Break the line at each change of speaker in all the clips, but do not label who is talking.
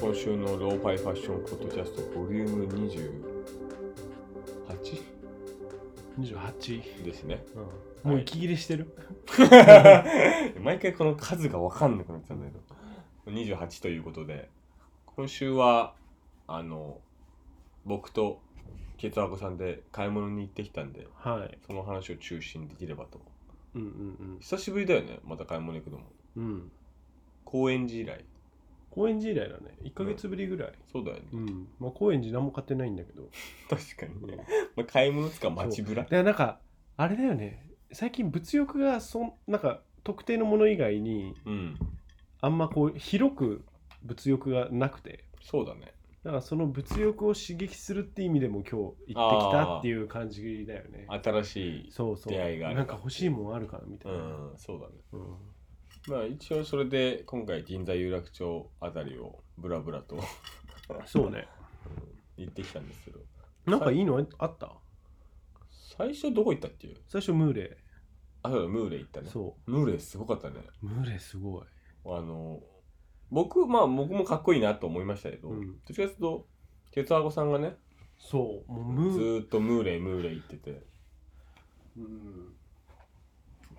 今週のローファイファッションポッドキャストボリューム 28?
28、
です ね。
もう息切れしてる、
毎回この数が分かんなくなっちゃうんだけど。28ということで、今週は、あの、僕とケツアコさんで買い物に行ってきたんで、
はい、
その話を中心にできればと。
うんうん
久しぶりだよね、また買い物行くのも。
うんうん
高円寺以来。
高円寺以来だね1ヶ月ぶりぐらい、
そうだよね。
うんまあ、高円寺何も買ってないんだけど、
確かに
うん、
ね。
だか
まあ、買い物っつうか街ぶら。
らなんかあれだよね最近物欲がそんなんか特定のもの以外に
うん。
あんまこう広く物欲がなくて
そうだね。
だからその物欲を刺激するって意味でも今日行ってきたっていう感じだよね
新しい。
そうそう
出会いがある
なんか欲しいもんあるからみたいうな、
ん、そうだね。
うん
まあ一応それで今回銀座有楽町あたりをブラブラと
そうね
行ってきたんですけど
なんかいいのあった
最初どこ行ったっていう
最初ムーレ
あそうだムーレ行った
イ
ね
そ
ムーレすごかったね
うムーレイすごい
あの僕まあ僕もかっこいいなと思いましたけど、
うん
どっちかというと鉄アゴさんがね
そうもう
ず
ムー、
ーっとムーレムーレ行ってて
うん、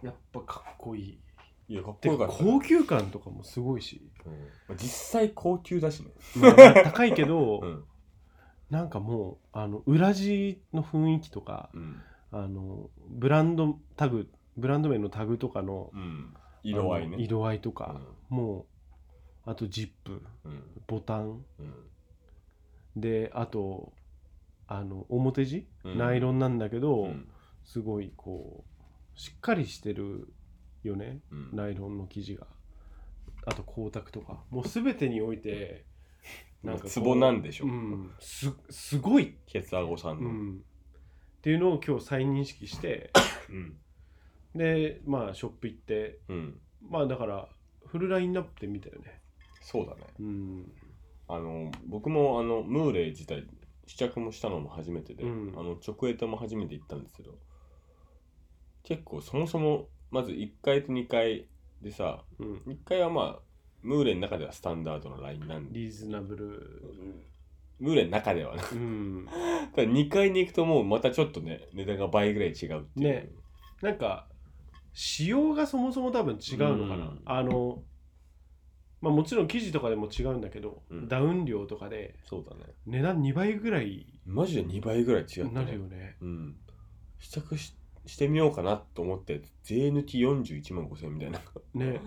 やっぱかっこいい
いやかっこ
て
よか
か
ったね、
高級感とかもすごい し、
うんまあ実際高級だしね、
まあまあ高いけど、
うん
なんかもうあの裏地の雰囲気とか
うん
あのブランドタグブランド名のタグとかの
うん、色合い
あ
ね
の色合いとか、もうあとジップ
うんうん
ボタン
うん
であとあの表地、
うん
ナイロンなんだけど、
うん
すごいこうしっかりしてるよね
うん
ナイロンの生地があと光沢とかもう全てにおいて
なん
こ
か
う
ツボなんでしょ、
うん、すすごい、
ケツアゴさん
う
の、
ん、っていうのを今日再認識して
うん
でまあショップ行って
うん、
まあだからフルラインナップで見たよね
そうだね
うん
あの僕もあのムーレイ自体試着もしたのも初めてで、
うん
あの直営店も初めて行ったんですけど結構そもそもまず1階と2階でさ
うん
1階はまあムーレイの中ではスタンダードのラインなんで
リーズナブル
ムーレイの中では ね
うん
ただ2階に行くともうまたちょっとね値段が倍ぐらい違うっていう
ねなんか仕様がそもそも多分違うのか
う
な、
ん
あのまあもちろん生地とかでも違うんだけど、
うん
ダウン量とかで
そうだね
値段2倍ぐらい
マジで2倍ぐらい違った
なる
ね
よね
うん試着ししてみようかなと思って税抜き41万5000円みたいな
ね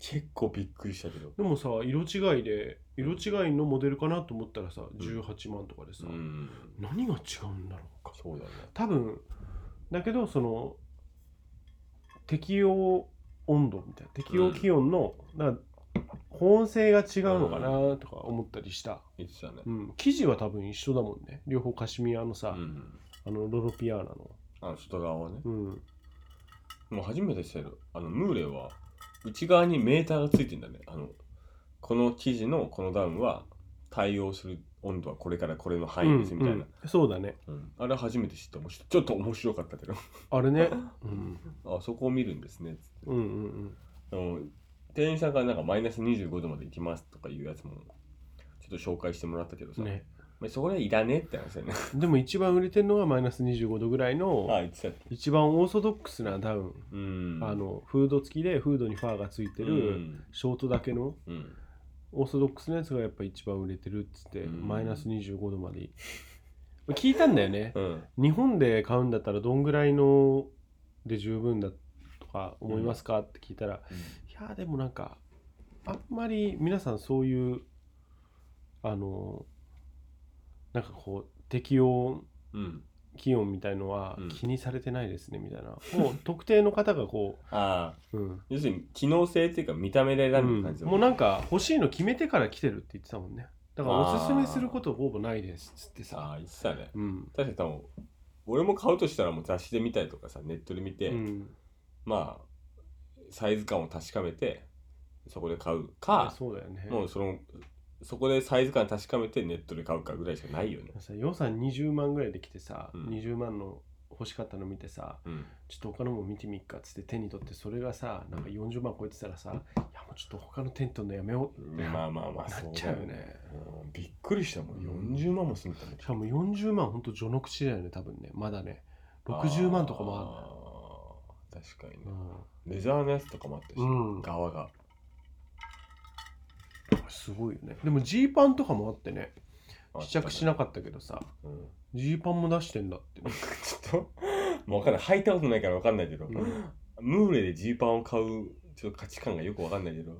結構びっくりしたけど
でもさ色違いで色違いのモデルかなと思ったらさ18万とかでさ、
うん
何が違うんだろうか
そうだね
多分だけどその適用温度みたいな適用気温の、なんか保温性が違うのかなとか思ったりした、
言ってたね
うん、生地は多分一緒だもんね両方カシミヤの
う
さ、
ん
あのロロピアーナの
あの外側はね
うん
もう初めてしたけどあのムーレは内側にメーターがついてんだねあのこの生地のこのダウンは対応する温度はこれからこれの範囲ですみたいな、
うんうんそうだね
うんあれ初めて知って面白いちょっと面白かったけど
あれね、うん、
あそこを見るんですねつって
うんうん
あの店員さんがなんかマイナス25度まで行きますとかいうやつもちょっと紹介してもらったけど
う
さ、
んね
まあそこらいらねえって話だよね
でも一番売れてるのがマイナス25度ぐらいの、
あ言ってたっけ
一番オーソドックスなダウン、
うん
あのフード付きでフードにファーがついてる、
うん
ショートだけの
うん
オーソドックスのやつがやっぱ一番売れてるっつって、
うん
マイナス25度までいい聞いたんだよね
うん
日本で買うんだったらどんぐらいので十分だとか思いますかって聞いたら、いやーでもなんかあんまり皆さんそういうあのなんかこう適応
うん、
気温みたいのは
うん
気にされてないですねみたいな、もう特定の方がこ
ああ
う、うん
要するに機能性っていうか見た目で選んでる感じだ
も
も
うんなんか欲しいの決めてから来てるって言ってたもんねだから
あー
おすすめすることほぼないですっつって
あ
さ
あ言ってたね
うん、
確かに多分俺も買うとしたらもう雑誌で見たりとかさネットで見て、
うん、
まあサイズ感を確かめてそこで買うか
そうだよね
もうそのそこでサイズ感確かめてネットで買うかぐらいしかないよね
さ予算20万ぐらいで来てさ、
うん
20万の欲しかったの見てさ
うん
ちょっと他のも見てみっかっつって手に取ってそれがさなんか40万超えてたらさいやもうちょっと他の手に取るのやめようって
まあまあまあ
な
そ
っ
う
ち
だ
ゃ
よ
うよね
うんびっくりしたもん40万も済んだ
しかも40万ほんと序の口だよね多分ねまだね60万とかもあるんだよ
あー確かにねレザーのやつとかもあったし、
うん、うん、
側が
すごいよねでもジーパンとかもあってね試着しなか
っ
ったけどさ
た、うん
ジーパンも出してんだって、
ちょっと もう分かんない履いたことないから分かんないけど、ムーレでジーパンを買うちょっと価値観がよく分かんないけど、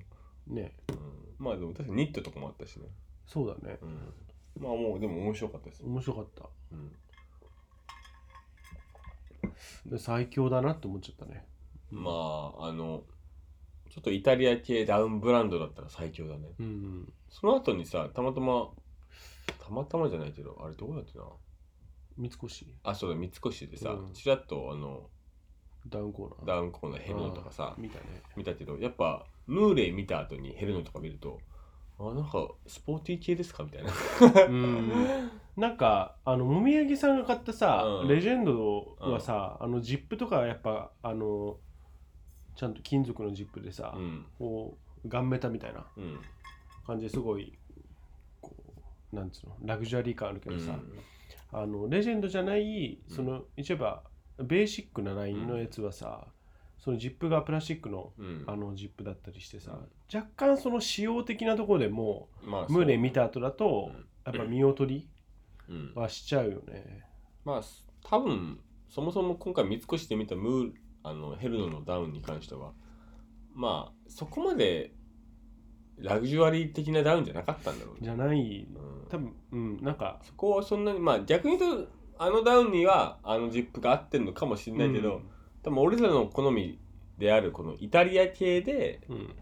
ね
うん、まあでも確かにニットとかもあったしね、
そうだね
うん、まあもうでも面白かったです、
面白かった
うん、
で最強だなって思っちゃったね
まああのちょっとイタリア系ダウンブランドだったら最強だね
うん
その後にさたまたまたまたまじゃないけどあれどこだっけな
三越
あそうだ三越でさ、
うん
ちらっとあの
ダウンコーナー
ダウンコーナーヘルノとかさ
あー見た ね
見たけどやっぱムーレイ見た後にヘルノとか見るとあなんかスポーティー系ですかみたいな
うんなんかあのもみあげさんが買ったさ、
うん
レジェンドはさ、あのジップとかはやっぱあのちゃんと金属のジップでさ、
うん
こうガンメタみたいな
うん
感じですごいこうなんつうのラグジュアリー感あるけ
う
ど
ん
さ、あのレジェンドじゃない
うん
その、一応言えばベーシックなラインのやつはさ、そのジップがプラスチックの
うん
あのジップだったりしてさ、
うん
若干その仕様的なところでも
まあそう
ムーレ見た後だと、やっぱ見劣り
うん
はしちゃうよね。
まあ多分そもそも今回三越で見たムーあのヘルノのダウンに関してはまあそこまでラグジュアリー的なダウンじゃなかったんだろう
じ
ね、
ゃない
うん
多分うんなんか
そこはそんなにまあ逆に言うとあのダウンにはあのジップが合ってるのかもしれないけど、多分俺らの好みであるこのイタリア系で
うん、うん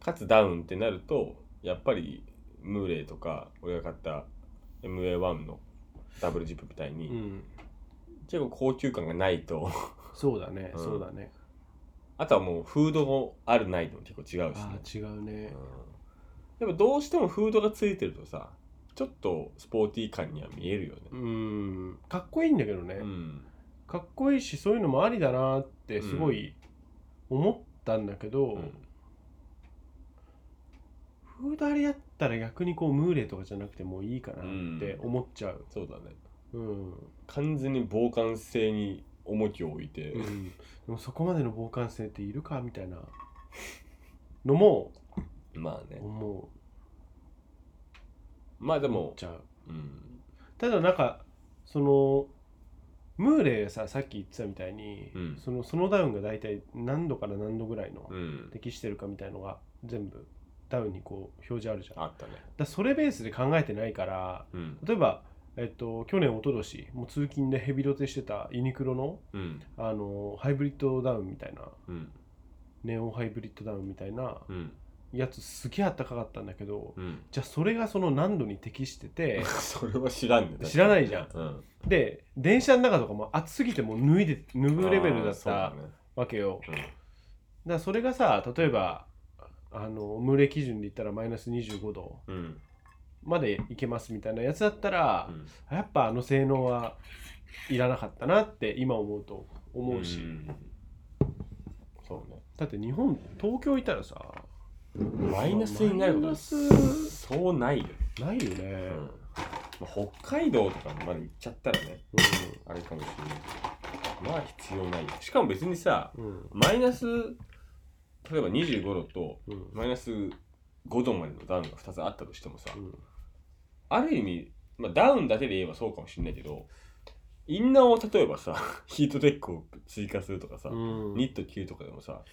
かつダウンってなるとやっぱりムーレイとか俺が買った MA1 のダブルジップみたいに、
うん
結構高級感がないと
そうだね、
うん
そうだね
あとはもうフードもあるないのも結構違うしね、
ああ違うね、
うん、でもどうしてもフードがついてるとさちょっとスポーティー感には見えるよね
うんかっこいいんだけどね、
うん
かっこいいしそういうのもありだなってすごい思ったんだけど、
うん
フードあれやったら逆にこうムーレとかじゃなくてもういいかなって思っちゃう、
そうだね
うん
完全に傍観性に重きを置いて、
うんでもそこまでの傍観性っているかみたいなのも
まあね
思
まあで
う思
も
っ、ちゃう
うん、
ただなんかそのムーレがささっき言ってたみたいに、
うん
そのそのダウンが大体何度から何度ぐらいの
うん、
適してるかみたいのが全部ダウンにこう表示あるじゃん
あったね
だからそれベースで考えてないから
うん
例えば、えっと、去年おととしもう通勤でヘビロテしてたユニクロの
うん
あのハイブリッドダウンみたいな
うん
ネオンハイブリッドダウンみたいな
うん
やつすげえあったかかったんだけど
うん
じゃあそれがその何度に適し てて
それは知らんね
知らないじゃん
確かにうん
で電車の中とかも暑すぎてもう脱いで脱ぐレベルだ
あー
っ
そう
た
ね
わけよだからそれがさ例えばあの群れ基準で言ったらマイナス25度
うんうん
までいけますみたいなやつだったら、
うん
やっぱあの性能はいらなかったなって今思うと思うし、
んそうね
だって日本東京いたらさ
マイナスになること
マイナ
は
ス
そうないよ、
ないよ
う
ね、
んまあ、北海道とかまで行っちゃったらねあれかもしれないけどまあ必要ないよしかも別にさ
うんうん
マイナス例えば25度と
うん
マイナス5度までのダウンが2つあったとしてもさ
うん
ある意味、まあ、ダウンだけで言えばそうかもしれないけどインナーを例えばさ ヒートテックを追加するとかさ、
うん
ニット着るとかでもさ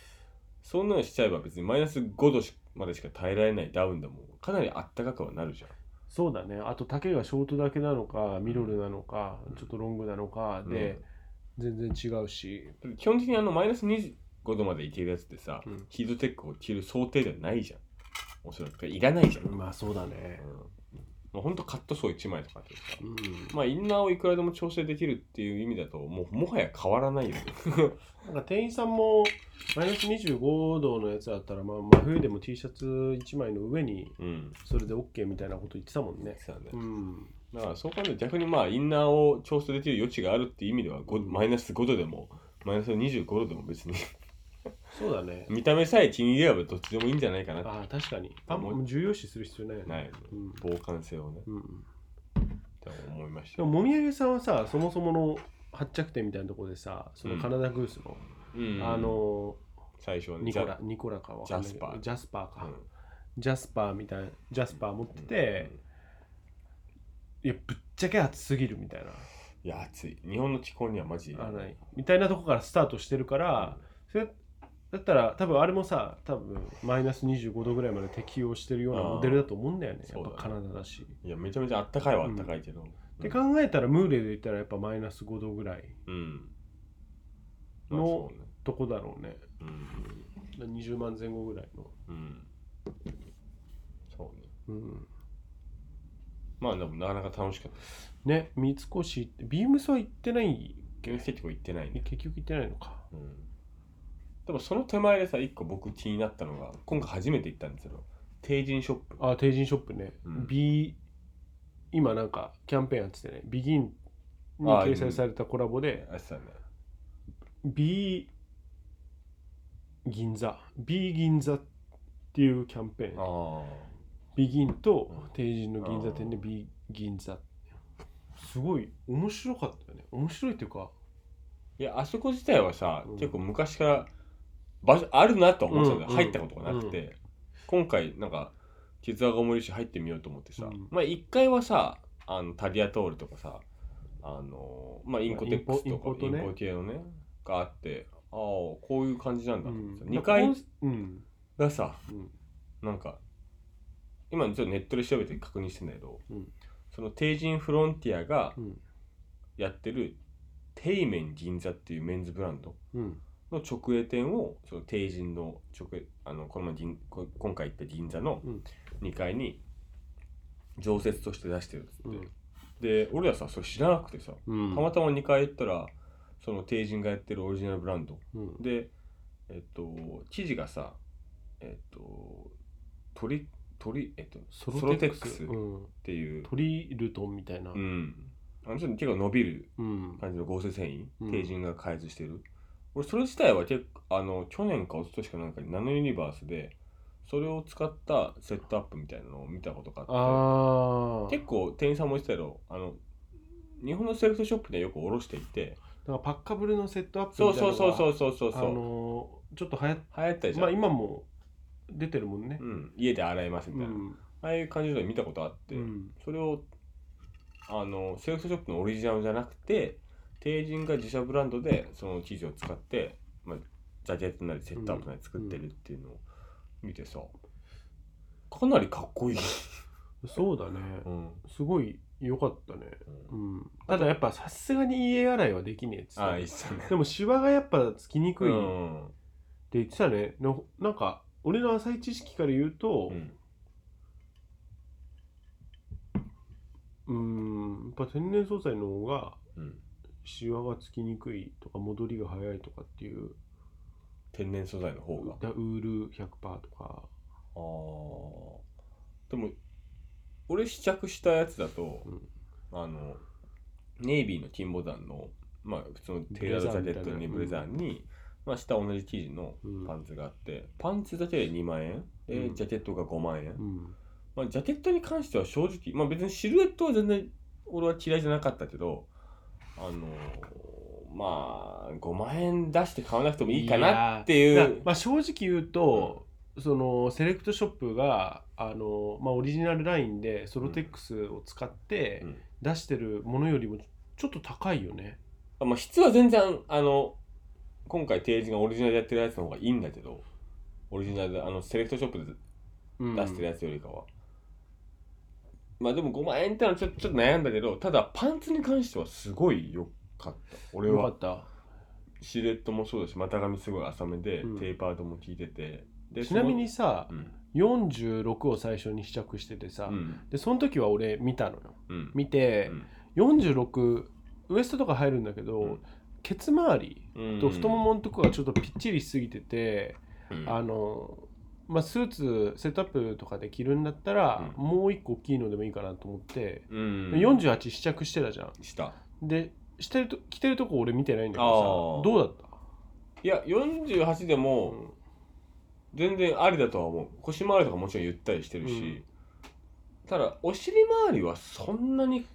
そんなのしちゃえば別にマイナス5度しまでしか耐えられないダウンでもかなりあったかくはなるじゃん
そうだねあと丈がショートだけなのかミドルなのか、ちょっとロングなのかで、全然違うし、
基本的にあのマイナス25度までいけるやつってさ、
うん
ヒートテックを着る想定ではないじゃんおそらくいらないじゃん、うん
まあそうだね
まあ、ほんとカットソー1枚とかってさ
うん、
まあインナーをいくらでも調整できるっていう意味だともうもはや変わらないよね
なんか店員さんもマイナス25度のやつだったら、まあ、真冬でも T シャツ1枚の上に
うん
それで OK みたいなこと言ってたもんね
そうだね
うん
だからそう考えると逆にまあインナーを調整できる余地があるっていう意味ではごマイナス5度でもマイナス25度でも別に
そうだね
見た目さえ気に入れればどっちでもいいんじゃないかなって
ああ確かにあんま重要視する必要ないよね
ない
うん
防寒性をね
うん、
って思いまし
で
た
ももみあげさんはさそもそもの発着点みたいなところでさそのカナダグースの、
うん
あの
最初はね
ニコ
じゃ
ラニコラかわかんないけ
ジ
ど
ャスパー
ジャスパーか、
うん
ジャスパーみたいなジャスパー持ってて、いやぶっちゃけ暑すぎるみたいな
うんいや暑い日本の気候にはマジで
あのみたいなとこからスタートしてるから、それだったら多分あれもさ多分マイナス25度ぐらいまで適用してるようなモデルだと思うんだよね
あー
やっ
そう
ぱ
だ
カ
ね
ナダだし。
いやめちゃめちゃあったかいはあったかいけど
って考えたらムーレで言ったらやっぱマイナス5度ぐらい
うん
の
まあそうね
とこだろうね
うん
20万前後ぐらいの、
うんそうね
うん、
まあでもなかなか楽しかった
ね三越行ってビームスは行ってない
原生結構行ってないね
結局行ってないのか
うんでもその手前でさ一個僕気になったのが今回初めて行ったんですけど定人ショップ
あ定人ショップね、
うん
B 今なんかキャンペーンやっててねビギンに
あー
掲載されたコラボで
あれさね
B 銀座 B 銀座っていうキャンペーン
あ
ビギンと
うん
定人の銀座店で
あー
B 銀座すごい面白かったよね面白いっていうか
いやあそこ自体はさ、
うん
結構昔から場所あるなとは思ってたんだけど、
うんうん
入ったことがなくて、今回なんかケツアゴ森市入ってみようと思ってさ、
うん
まあ1階はさあのタディアトールとかさあのまあインコテックスとか
イ
イ
ン
ン
ポ
ポ,、
インポとね
系のねがあってああこういう感じなんだと思ってさ、2
う
階
んうん
がさ
うん
なんか今ちょっとネットで調べて確認してんだけど、
うん
その帝人フロンティアが
うん
やってるテイメン銀座っていうメンズブランド
うん
の直営店をその帝人の直営あのこの前銀こ今回行った銀座の
うん
2階に常設として出してるっつって、
うん
で俺らさそれ知らなくてさ
うん
たまたま2階行ったらその帝人がやってるオリジナルブランド
うん
でえっと生地がさえっと鳥鳥えっと
ソ
ソ
ロ
ロ
テ
テ
ッ
ッ
ク
ク
ス
ス
うん
っていう
トリルトンみたいな
うん、あのちょっと結構伸びる
うん
感じの合成繊維、
うん
帝人が開発してる俺それ自体は結構あの去年か一昨年かなんかにナノユニバースでそれを使ったセットアップみたいなのを見たことがあっ
ああ
て結構店員さんも言ってたけどあの日本のセレクトショップではよく卸していて
なんかパッカブルのセットアップ
そう
みたいな
そう
のが
そうそうそうそう
あ
そう
のーちょっと流行っ
流行ったじゃん、
まあ今も出てるもんね
うん、家で洗えますみ
う
たいな、
ん
ああいう感じの見たことあって、
うん
それをあのセレクトショップのオリジナルじゃなくて帝人が自社ブランドでその生地を使って、まあ、ジャケットなりセットアップなり作ってるっていうのを見てさかなりかっこいい、
そうだね
うん
すごい良かったね
う、
うんんただやっぱさすがに家洗いはできねえっつって
ああいい
た
っすね
でもシワがやっぱつきにくいっ
う
て
ん
言ってたねのなんか俺の浅い知識から言うと
うん
うーんやっぱ天然素材の方が
うん
シワがつきにくいとか戻りが早いとかっていう
天然素材の方があ
だウール100%とか
あでも俺試着したやつだと、
うん
あのネイビーの金ボタンのまあ普通のテーラードジャケットにブ
ブレ
レ
ザ
ザ
ー
ーに、まあ下同じ生地の
うん
パンツがあってパンツだけで2万円で、
うん
ジャケットが5万円、
うん
まあ、ジャケットに関しては正直まあ別にシルエットは全然俺は嫌いじゃなかったけどあのーまあ5万円出して買わなくてもいいかなってい
だ
う
まあ正直言うと、そのセレクトショップがあの、まあ、オリジナルラインでソロテックスを使って
うん
出してるものよりもちょっと高いよね
まあ、質は全然あの今回提示がオリジナルでやってるやつの方がいいんだけどオリジナルであのセレクトショップで
うん
出してるやつよりかは、まあでも5万円ってのはちょちょっと悩んだけどただパンツに関してはすごい良かった俺
よか
は
った
シルエットもそうだし股上すごい浅めで、
うん
テーパードも効いててで
ちなみにさ
そのうん
46を最初に試着しててさ、
うん
でその時は俺見たのよ
うん
見て、46ウエストとか入るんだけど、
うん
ケツ周り
うん
と太もものとこがちょっとぴっちりしすぎてて、
うん
あのまあ、スーツセットアップとかで着るんだったら、
う
もう一個大きいのでもいいかなと思って、
うん
48試着してたじゃん
した
でしてると着てるとこ俺見てないんだけ
あー
どさどうだった
いや48でも、
うん
全然ありだとは思う腰回りとかもちろんゆったりしてるし、ただお尻周りはそんなに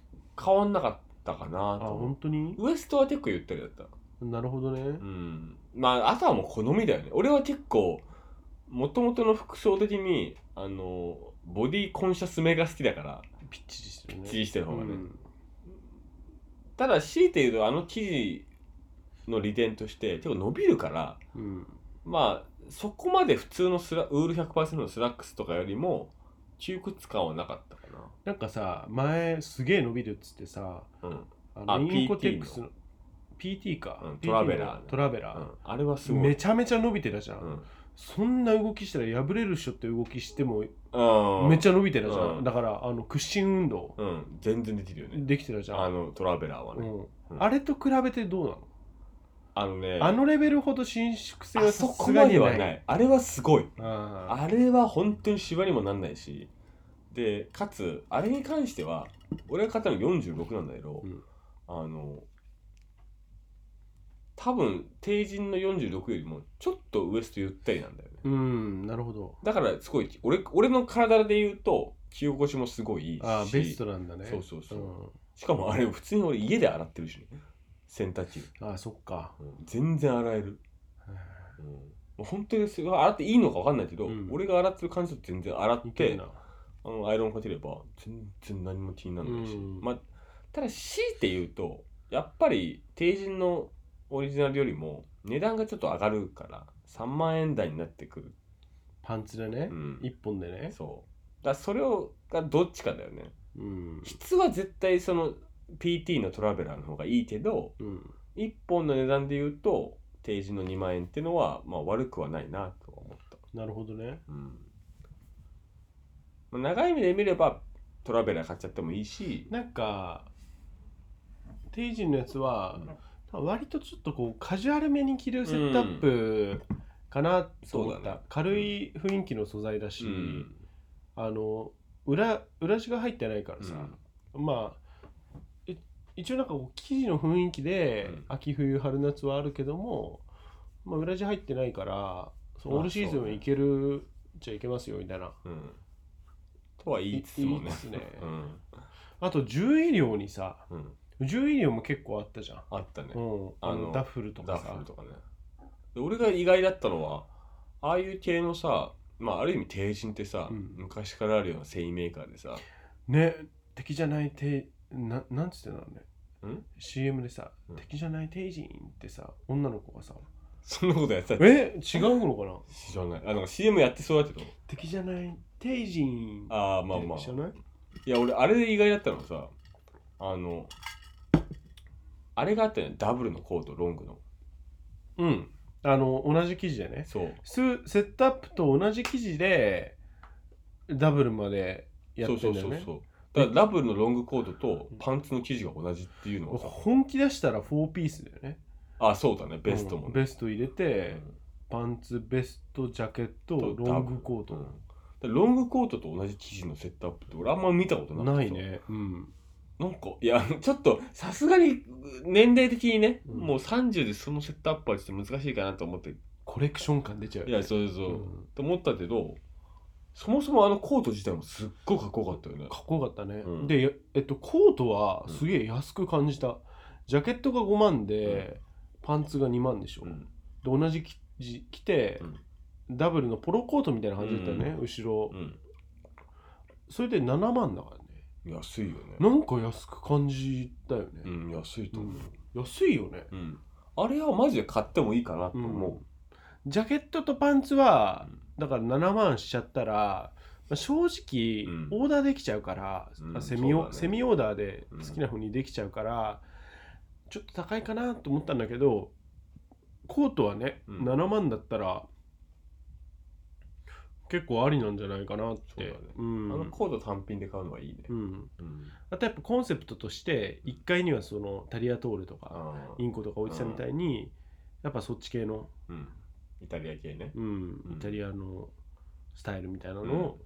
変わんなかったかな
あ
と思う
本当に
ウエストは結構ゆったりだった
なるほどね、
うんまああとはもう好みだよね俺は結構もともとの服装的にあのボディコンシャスめが好きだから
ピッチリしてるね
チリしてる方がね、
うん
ただ強いて言うとあの生地の利点として結構伸びるから
うん
まあそこまで普通のスラウール100%のスラックスとかよりも窮屈感はなかったか
なんかさ前すげえ伸びるっつってさ
な、うん
あ
あ
のインコ
PT
テックスの PT か、
うん
PT
トラベラーね
のトラベラ
う
ー
ん、あれはすごい
めちゃめちゃ伸びてたじゃん、
うん
そんな動きしたら破れる人って動きしても
うん、
めっちゃ伸びてたじゃん、
うん
だからあの屈伸運動
うん、全然できるよね
できてたじゃ
あ
ん、
のトラベラーは
う
ね、
ん
うん
あれと比べてどうなの、
あのね
あのレベルほど伸縮性
あ
は
そ
さ
こ
す
ま
が
で
に
は
ない
ないあれはすごい
あ
あれは本当に縛りもなんないしでかつあれに関しては俺が買ったの46なんだけど、
うん
あの多分定人の46よりもちょっとウエストゆったりなんだよね
ーうんなるほど
だからすごい俺俺の体で言うと着心地もすごいいいし
あーベストなんだね
そうそうそう
うん
しかもあれ普通に俺家で洗ってるしね洗濯機、
あーそっか
うん全然洗えるうんもう本当にすごい洗っていいのか分かんないけど、
うん
俺が洗ってる感じと全然洗っ
いけ
て
るな
あのアイロンかければ全然何も気にならないし、
うん
まあただ強いて言うとやっぱり定人のオリジナルよりも値段がちょっと上がるから3万円台になってくる、
パンツでね
うん
一、本でね
そうだからそれをがどっちかだよね
うん
質は絶対その PT のトラベラーの方がいいけど
うん
1本の値段で言うと定人の2万円ってのは、まあ、悪くはないなとは思った
なるほどね
うんまあ、長い目で見ればトラベラー買っちゃってもいいし、
なんか定人のやつは
うん
割とちょっとこうカジュアルめに着るセットアップかなと思
そ
っ
うだ
た、
ね
軽い雰囲気の素材だし、
うん
あの裏裏地が入ってないからさ、まあい一応なんかこう生地の雰囲気で、
うん
秋冬春夏はあるけども、まあ、裏地入ってないからそう
まあ
オールシーズ
そう
ン
ね
いけるじゃいけますよみたいな、
うんとは言いつつもね
言いつつね
うん
あと重衣料にさ
うん、
重衣料も結構あったじゃん、
あったね、
うん、
あの
あのダッフルとか
ダッ
さ
フルとかねで俺が意外だったのはああいう系のさまあある意味定人ってさ、
うん
昔からあるような繊維メーカーでさ
ね敵じゃないてななんつってたのね
ん
CM でさ、
うん
敵じゃない帝人ってさ女の子がさ
そんなことやってた
え違うのかな
知らないあなんか CM やってそうだけど
敵じゃない帝人って
ああまあまあ
知らない
いや俺あれで意外だったのはさあのあれがあったよねダブルのコートロングの
うんあの同じ生地でね
そう
スセットアップと同じ生地でダブルまでやってんだよね
そうそうそうそうだからダブルのロングコートとパンツの生地が同じっていうのがさ、
本気出したら4ピースだよね
あそうだねベストも
うん
ね、
ベスト入れて、パンツベストジャケット
と
ロングコート、
うんだからロングコートと同じ生地のセットアップって俺あんま見たことなくてさ
ないねうん
なんかいやちょっとさすがに年齢的にね、
うん
もう30でそのセットアップはちょっと難しいかなと思って
コレクション感出ちゃう
い
よ
や
ね
そうそう、
うん
と思ったけどそもそもあのコート自体もすっごいかっこよかったよね
かっこよかったね、
うん
でえっとコートはすげえ安く感じた、ジャケットが5万で、パンツが2万でしょ、
う
で
ん
同じ生地着て、ダブルのポロコートみたいな感じだったよね、後ろ
うん
それで7万だからね
安いよね
なんか安く感じたよね、
うん安いと思う、
安いよね
うん、あれはマジで買ってもいいかなと思う、
ジャケットとパンツはだから7万しちゃったらまあ正直、
うん
オーダーできちゃうから、
うん
あセミオ
そうだね
セミオーダーで好きな風にできちゃうから、ちょっと高いかなと思ったんだけどコートはね、
うん
7万だったら結構ありなんじゃないかなっ
そうだ
て
ね
うん
あのコード単品で買うのはいいね、
うん
うん
あとやっぱコンセプトとして1階にはそのタリアトールとか
あー
インコとか置いてたみたいに、やっぱそっち系の
うんイタリア系ね
うん
うん、
イタリアのスタイルみたいなのを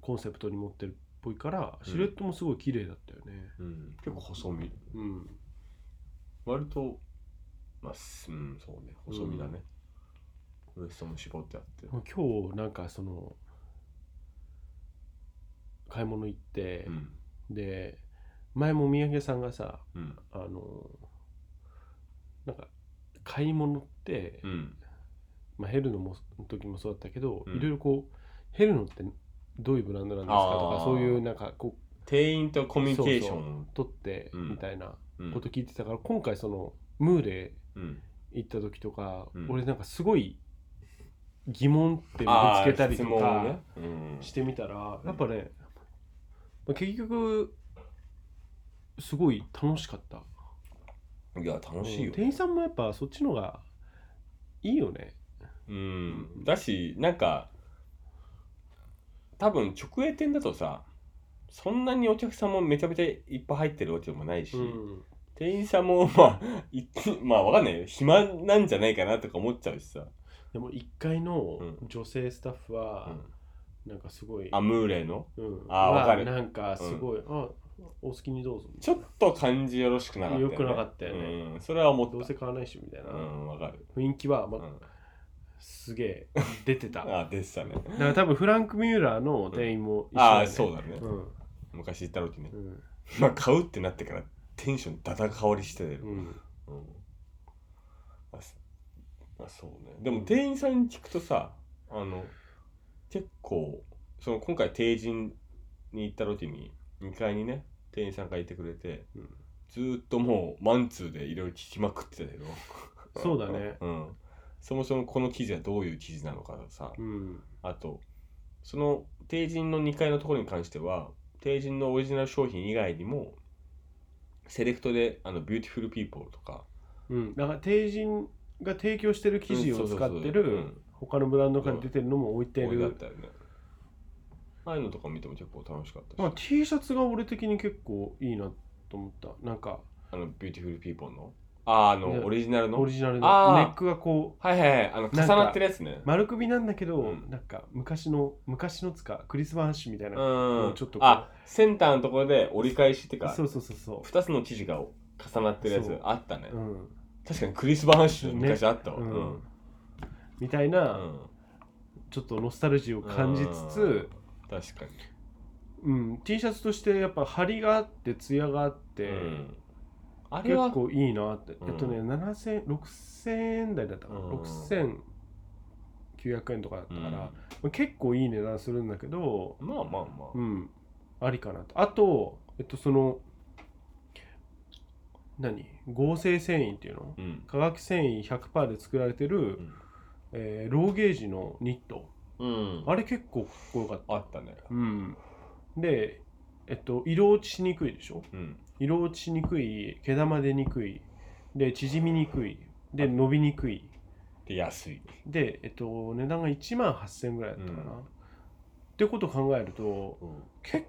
コンセプトに持ってるっぽいから、
うん
シルエットもすごい綺麗だったよね。
うん、結構細身
うん。
割とまあすうんそうね細身だね、ウエストも絞ってあって
今日なんかその買い物行って
う、ん
で前も三宅さんがさ
うん
あのなんか買い物って、
うん
まあ、ヘルノもの時もそうだったけど、
うん
いろいろこうヘルノってどういうブランドなんですかと
あー
かそういうなんかこ
店員とコミュニケーション
う取って
うん
みたいな
うん
こと聞いてたから、今回そのムーレ
うん
行った時とか、
うん
俺なんかすごい疑問って見
あー
つけたりと
質問
か、
をねうん
してみたら
うん
やっぱね、まあ結局すごい楽しかった
いや楽しい
うん
よ
店員さんもやっぱそっちのがいいよね
うんだしなんか多分直営店だとさそんなにお客さんもめちゃめちゃいっぱい入ってるわけでもないし、
うん
店員さんもまあ いまあわかんないよ暇なんじゃないかなとか思っちゃうしさ、
でも1階の
うん
女性スタッフ
う
は
ん
なんかすごい、
アムーレの
うん
あー
は
わかる
なんかすごい、あお好きにどうぞ
ちょっと感じよろしくなかった
よくなかったよね
うん、それは思
どう
った
せ買わないしみたいな、
うんわかる、
雰囲気は、ま
うん、
すげえ出てただ
あでしたね
から多分フランク・ミューラーの店員も一緒
あ
だ、
あ
ね
そうだね、
うん
昔言った時ね
うん
まあ買うってなってからテンションだだ変わりしてる、
うん
うんあそあそうねでも店員さんに聞くとさあの結構その今回定人に行った時に2階にね店員さんがいてくれて
うん
ずーっともうマンツーでいろいろ聞きまくってたけど
そうだね
うんそもそもこの記事はどういう記事なのかさ
うん
あとその定人の2階のところに関しては定人のオリジナル商品以外にもセレクトであのビューティフルピーポーとか
うん、だから定人が提供してる生地
う
を使って
んそうそうそうう
る
ん
他のブランドから出てるのも置いて
置いてあ
る
っ、たよねああいうのとか見ても結構楽しかったし、
まあ、T シャツが俺的に結構いいなと思ったなんか
あのビューティフルピーポーのああの
ね
オリジナルの
オ
はい
リジナルの
あ
ネ
ー
ックがこう
はいはいあの重
なんか
なってるやつね
丸首なんだけど、
うん
なんか昔の昔のつかクリスマンシュみたいな、
う
も
ん
うちょっとこう
あセンターのところで折り返しってか
そうそうそうそ
2つの生地が重なってるや
そ
つ
う
あったね
う、うん
確かにクリス・バーンシュ昔あったわ、
う
うん
ん
うん
みたいな、ちょっとノスタルジーを感じつつ、
確かに
うん T シャツとしてやっぱ張りがあってツヤがあって、
うんあれ
結
は
構いいなって、
うん
えっとね7000 6000円台だったかな、
うん
6900円とかだった
う
か
ん
ら、まあ結構いい値段するんだけど
まあまあまあ、
うんありかなとあとえっとその何合成繊維っていうの
うん
化学繊維100%で作られてる、えーローゲージのニット
うん
あれ結構かっこよかった
あったね
うんでえっと色落ちしにくいでしょ
うん
色落ちしにくい毛玉出にくいで縮みにくいで
あ
伸びにくい
で安い
で、えっと、値段が1万8000円ぐらいだったかな、
うん
ってことを考えると
うん
結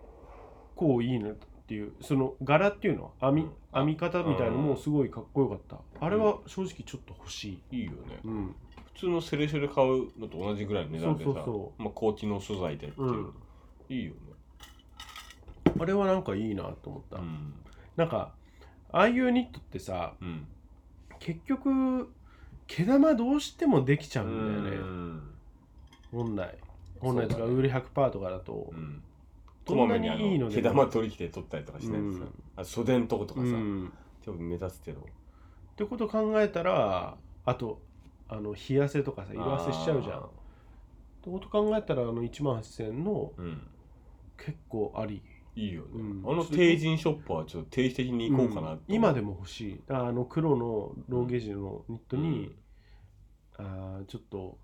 構いいなっていうその柄っていうの編み,、
うん
編み方みたいなの
うん
もすごいかっこよかった、あれは正直ちょっと欲しい、
いいよね
うん
普通のセレセレ買うのと同じぐらいの値段でさ
そうそうそ
まあ、高機能素材でっていう、
うん
いいよね
あれはなんかいいなと思った、
うん
なんかああいうニットってさ
うん
結局毛玉どうしてもできちゃうんだよね、
うん
本来本来と
そ
か
うだね
ウール100%とかだと
うんこま
どんな
めにあ
にいいの
の
で
毛
も
玉取り切で取ったりとかしないでさ、
うん
あ袖んとことかさ、
うん
ちょっと目立つけど
ってこと考えたらあとあの冷やせとかさ色あせしちゃうじゃんっ
あ
てこと考えたらあの1万8000円の
ーうん
結構あり
いいよね、
うん
あの定人ショップはちょっと定期的に行こうかな
うん今で
も
も欲しいだからあの黒のローゲージのニットに、あーちょっと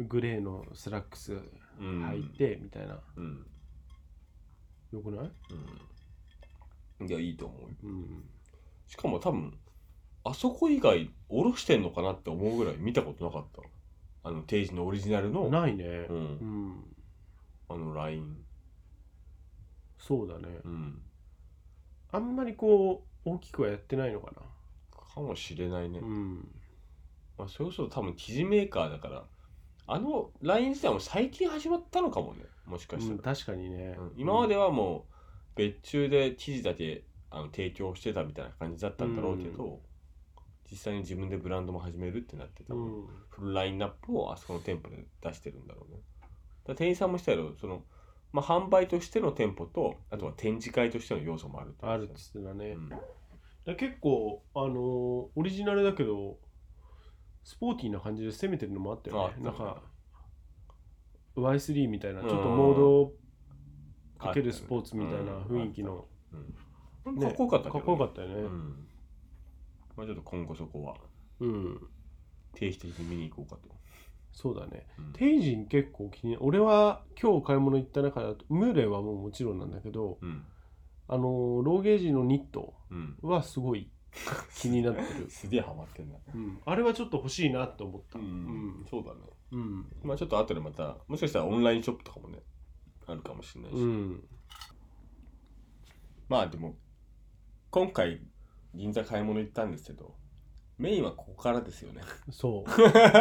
グレーのスラックス
うん
履いてみたいな、
うん、
よくない、
うん、いやいいと思うよ
うん、
しかも多分あそこ以外おろしてんのかなって思うぐらい見たことなかったあの定人のオリジナルの、
ないね
う、
うんん
あのライン
そうだね
うん
あんまりこう大きくはやってないのか
かもしれないね、
なうん
まあ、それこそ多分生地メーカーだからあの LINE 自体も最近始まったのかもねもしかした
う
ら
ん、確かにね、
うん今まではもう別注で記事だけあの提供してたみたいな感じだったんだろうけど、実際に自分でブランドも始めるってなってた、
うん、
フルラインナップをあそこの店舗で出してるんだろうねだから店員さんもしたけどその、まあ、販売としての店舗とあとは展示会としての要素もあるって
あるっ
で
つってた
す
ね、
よね
だから結構あのーオリジナルだけどスポーティーな感じで攻めてるのもあったよ
ああった
ね
ね
なんか Y3 みたいなちょっと
うん
モードかけ
あ
る
った
ス
ね
ポーツみたいな雰囲気の、
うん
ね
かっこよかったけど
かっこよかったよね
うんまあ、ちょっと今後そこは
うん、
定期的に見に行こうかと、
そうだね
うん
テイジン結構気に俺は今日買い物行った中だとムーレはもうもちろんなんだけど
うん
あのーローゲージのニット
うん、、
はすごい気になって る
すげえハマってんな、
うん、あれはちょっと欲しいなって思った
うん、そうだね
うん
まあちょっと後でまたもしかしたらオンラインショップとかもねあるかもしれないし、
うん
まあでも今回銀座買い物行ったんですけどメインはここからですよね
そう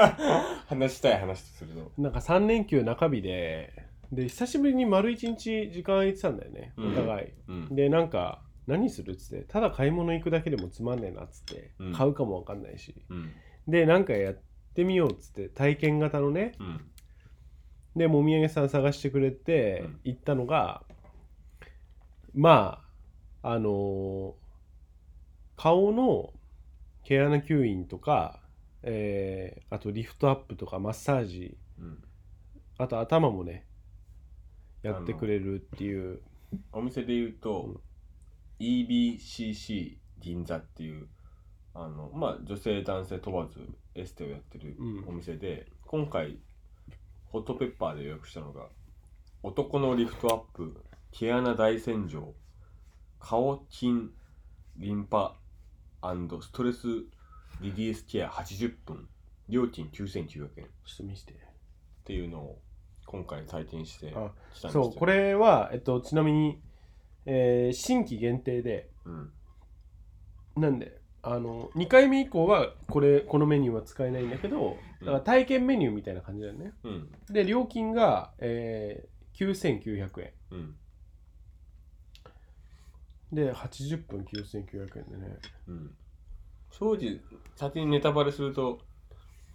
話したい話とすると
なんか3連休中日で、で、久しぶりに丸1日時間空いてたんだよね、
うん
お互い。
うん
で、なんか、何するっつって、ただ買い物行くだけでもつまんねえなっつって
うん、
買うかもわかんないし。
うん
で、なんかやってみようっつって、体験型のね、
うん
で、もみあげさん探してくれて
うん、
行ったのが、まあ、あのー顔の毛穴吸引とか、えーあとリフトアップとかマッサージ、
うん
あと頭もねやってくれるっていう
お店で言うと、EBCC 銀座っていうあのまあ女性男性問わずエステをやってる
うん
お店で、今回ホットペッパーで予約したのが男のリフトアップ毛穴大洗浄顔筋リンパストレスリリースケア80分料金9900円っ
ちょっと見せて
ていうのを今回体験してきたん
あ
ですけど
そうこ、れは、えっと、ちなみに、えー新規限定で
うん
なんであの2回目以降はこれこのメニューは使えないんだけどだから体験メニューみたいな感じだよね
うん
で料金が、えー9900円
うん
で80分9900円でね
うん正直先にネタバレすると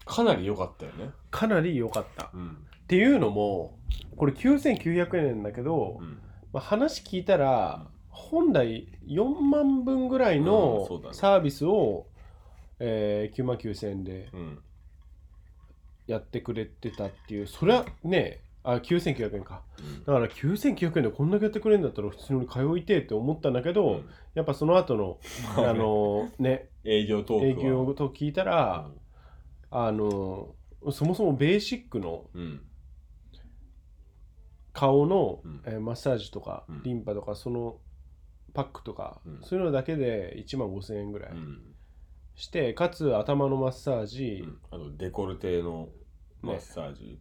かなり良かったよね
かなり良かったっ
うん
ていうのもこれ9900円なんだけど、
うん
まあ、話聞いたら本来4万分ぐらい
うんそう
の
だね
サービスを、えー9万9000円で
うん
やってくれてたっていうそりゃねあ9900円か
うん
だから9900円でこんだけやってくれるんだったら普通に通いてえって思ったんだけど、
うん
やっぱその後のあのね
営業ト
営
ークは
業と聞いたら、あのそもそもベーシックの
うん
顔の、
うん
えーマッサージとか、
うん
リンパとかそのパックとか、
うん
そういうのだけで1万5000円ぐらい、
うん
してかつ頭のマッサージ、
あとデコルテのマッサージ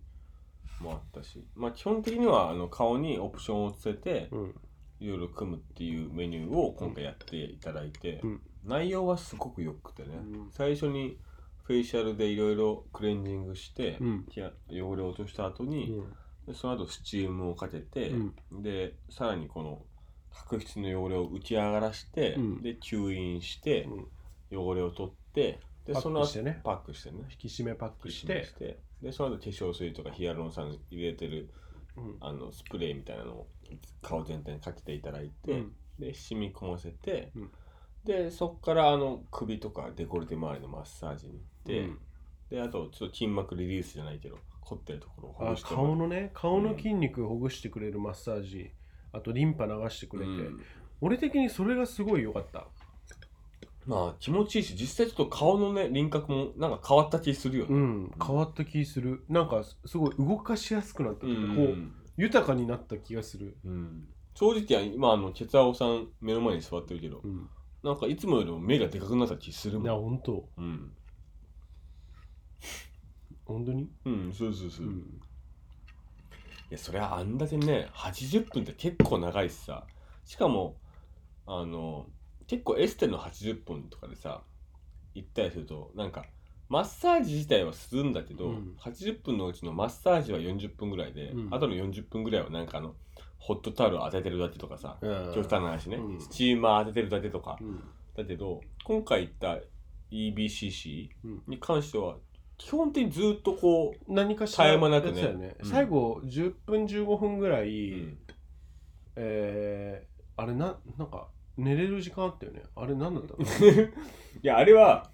もあったし、まあ基本的にはあの顔にオプションをつけて
うん
いろいろ組むっていうメニューを今回やっていただいて、
うん
内容はすごくよくてね、
うん
最初にフェイシャルでいろいろクレンジングして、
うん
毛穴汚れを落とした後
う
に、
ん
でその後スチームをかけて、
うん
でさらにこの角質の汚れを浮き上がらして、
うん
で吸引して、汚れを取ってで
パック
その後
してね
パックしてね
引き締めパックして
でその後化粧水とかヒアルロン酸入れてる
うん
あのスプレーみたいなのを顔全体にかけていただいて、
うん
で染み込ませて、
うん
でそこからあの首とかデコルテ周りのマッサージに行って、
うん
であとちょっと筋膜リリースじゃないけど凝ってるところをほ
あ
ぐしてもらう
顔のね顔の筋肉ほぐしてくれるマッサージあとリンパ流してくれて、
うん
俺的にそれがすごい良かった、
まあ気持ちいいし実際ちょっと顔のね輪郭もなんか変わった気するよ
う
ね。
ん、変わった気するなんかすすごい動かしやすくなったと
う
いうかこうん豊かになった気がする、
うん正直今あのケツアオさん目の前に座ってるけど
うん、
なんかいつもよりも目がでかくなった気する
いや
もん。
本当
うん、
本当に、
うん、そうそうそうう。い
ん
やそりゃあんだけね80分って結構長いしさしかもあの結構エステの80分とかでさ行ったりするとなんかマッサージ自体はするんだけど、
うん
80分のうちのマッサージは40分ぐらいで、
うん
あとの40分ぐらいはなんかあのホットタオル当ててるだけとかさ、
うん
極端な話ね、
うん
スチーマー当ててるだけとか、
うん
だけど今回行った EBCC
うん
に関しては基本的にずっとこう、
何かしら
絶え間なくね
やってたよね
うん
最後10分15分ぐらい、
うん
えーあれななんか寝れる時間あったよねあれ何だったの
いやあれは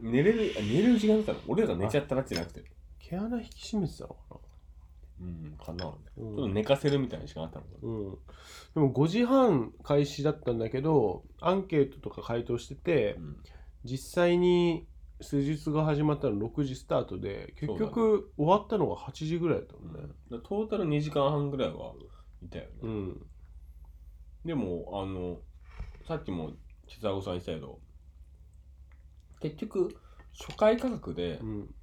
寝れるあ寝れる時間だったの俺らが寝ちゃったなってじゃなくて、
毛穴引き締めてたのか
うん、かな、ち
な、うん
ょっと寝かせるみたいな時間あったのか
うん、でも5時半開始だったんだけどアンケートとか回答してて、
な、うん
実際に数日が始まったの6時スタートで結
そ
局終わったのが8時ぐらいだったもん
だ
ね
からトータル2時間半ぐらいはいたよね、
うん
でもあのさっきもケツアゴさん言ってたけど結局初回価格で
うん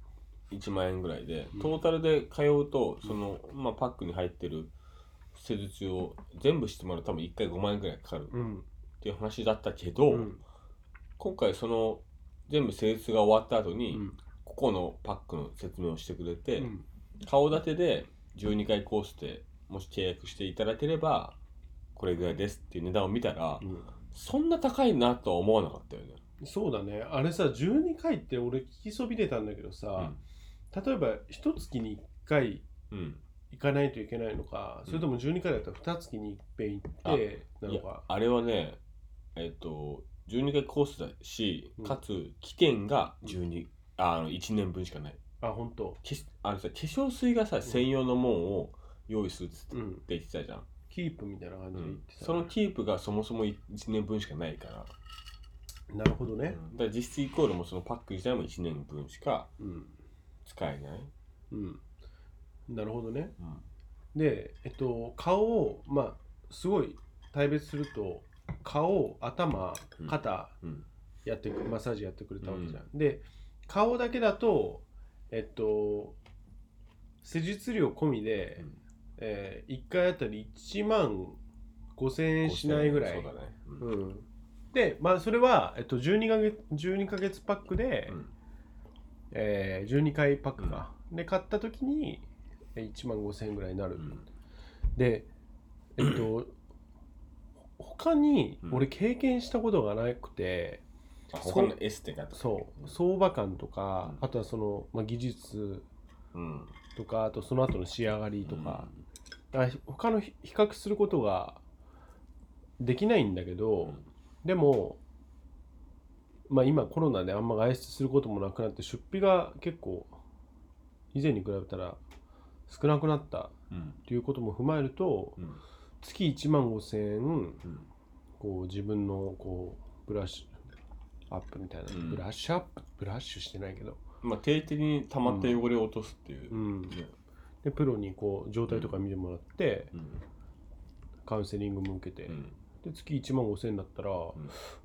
1万円ぐらいで、
うん
トータルで通うとその、まあ、パックに入ってる施術を全部してもらうと多分1回5万円ぐらいかかるっ
うん
ていう話だったけど、
うん
今回その全部施術が終わった後
う
に、
ん
ここのパックの説明をしてくれて、
うん
顔立てで12回コースでもし契約していただければこれぐらいですっていう値段を見たら、そんな高いなとは思わなかったよね。
そうだねあれさ12回って俺聞きそびれたんだけどさ、例えば一月に1回
うん、
行かないといけないのか、それとも12回だったら2月に1遍行ってなのか
あれはね、えっと、12回コースだし
うん、
かつ起点が12、ああの1年分しかない。
あ本当
けしあのさ化粧水がさ、専用のもんを用意するっつって
うん
言ってたじゃん。
キープみたいな感じで行ってた、
そのキープがそもそも1年分しかないから、
なるほど
う
ね
んだから実質イコールもそのパック自体も1年分しか
うん、
使えない。
うん、なるほどね
うん
で、えっと、顔を、まあ、すごい大別すると顔頭
うん
肩
うん
やってく、マッサージやってくれたわけじゃん、で顔だけだとえっと施術料込みで、
うん
え1回あたり1万5000円しないぐらい
そうだね。うん
うんで、まあ、それは、えっと、12, ヶ月12ヶ月パックで、
うん
えー12回パックか、で買った時にえー1万5000円ぐらいになる、
うん
でえっと他に
うん
俺経験したことがなくて、
あ他のエステがとか
そう相場感とか、
うん
あとはその、まあ、技術
うん
とかあとその後の仕上がりとか、だから他の比比較することができないんだけど、
うん
でも、まあ、今コロナであんま外出することもなくなって出費が結構以前に比べたら少なくなった
うん
ということも踏まえると
うん
月1万5,000円
うん
こう自分のこうブラッシュアップみたいな、
うん
ブラッシュアップブラッシュしてないけど、
まあ定期的に溜まった汚れを落とすっていうう、
ん、
ね
でプロにこう状態とか見てもらって
うん
カウンセリングも受けて、
うん
で月1万5,000円だったら、も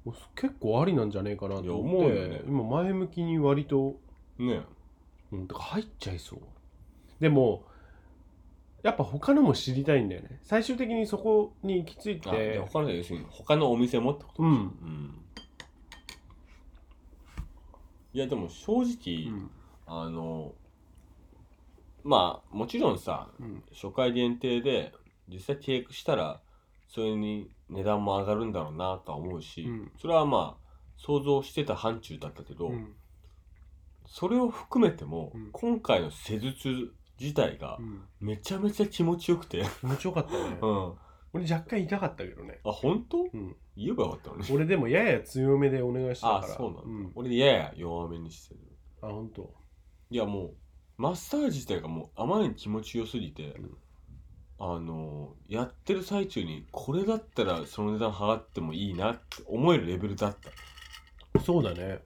う結構ありなんじゃねえかなと思っ
いや思うよ
て
ね
今前向きに割と
ね
うん、だから入っちゃいそう。でも、やっぱ他のも知りたいんだよね。最終的にそこに行き着い
あで
て、
他の要するに他のお店もってこと
う
でしょ
ん。
うんいやでも正
う
直、
ん。
あのまあもちろんさ
うん。
初回限定で実際契約したらそれに値段も上がるんだろうなとは思うし、
うん
それはまあ想像してた範疇だったけど、
うん。
それを含めても、
うん
今回の施術自体が
うん
めちゃめちゃ気持ちよくて、
気持ちよかったね。
うん、あ
俺若干痛かったけどね。
本当
うん。
言えばよかったのね
俺でもやや強めでお願いした
あ
から。
そうなんだ、
ん
俺やや弱めにしてる
あ、本当。
いやもうマッサージ自体がもうあまりに気持ちよすぎて、
ん
あのーやってる最中にこれだったらその値段払ってもいいなって思えるレベルだったっ
そうだね。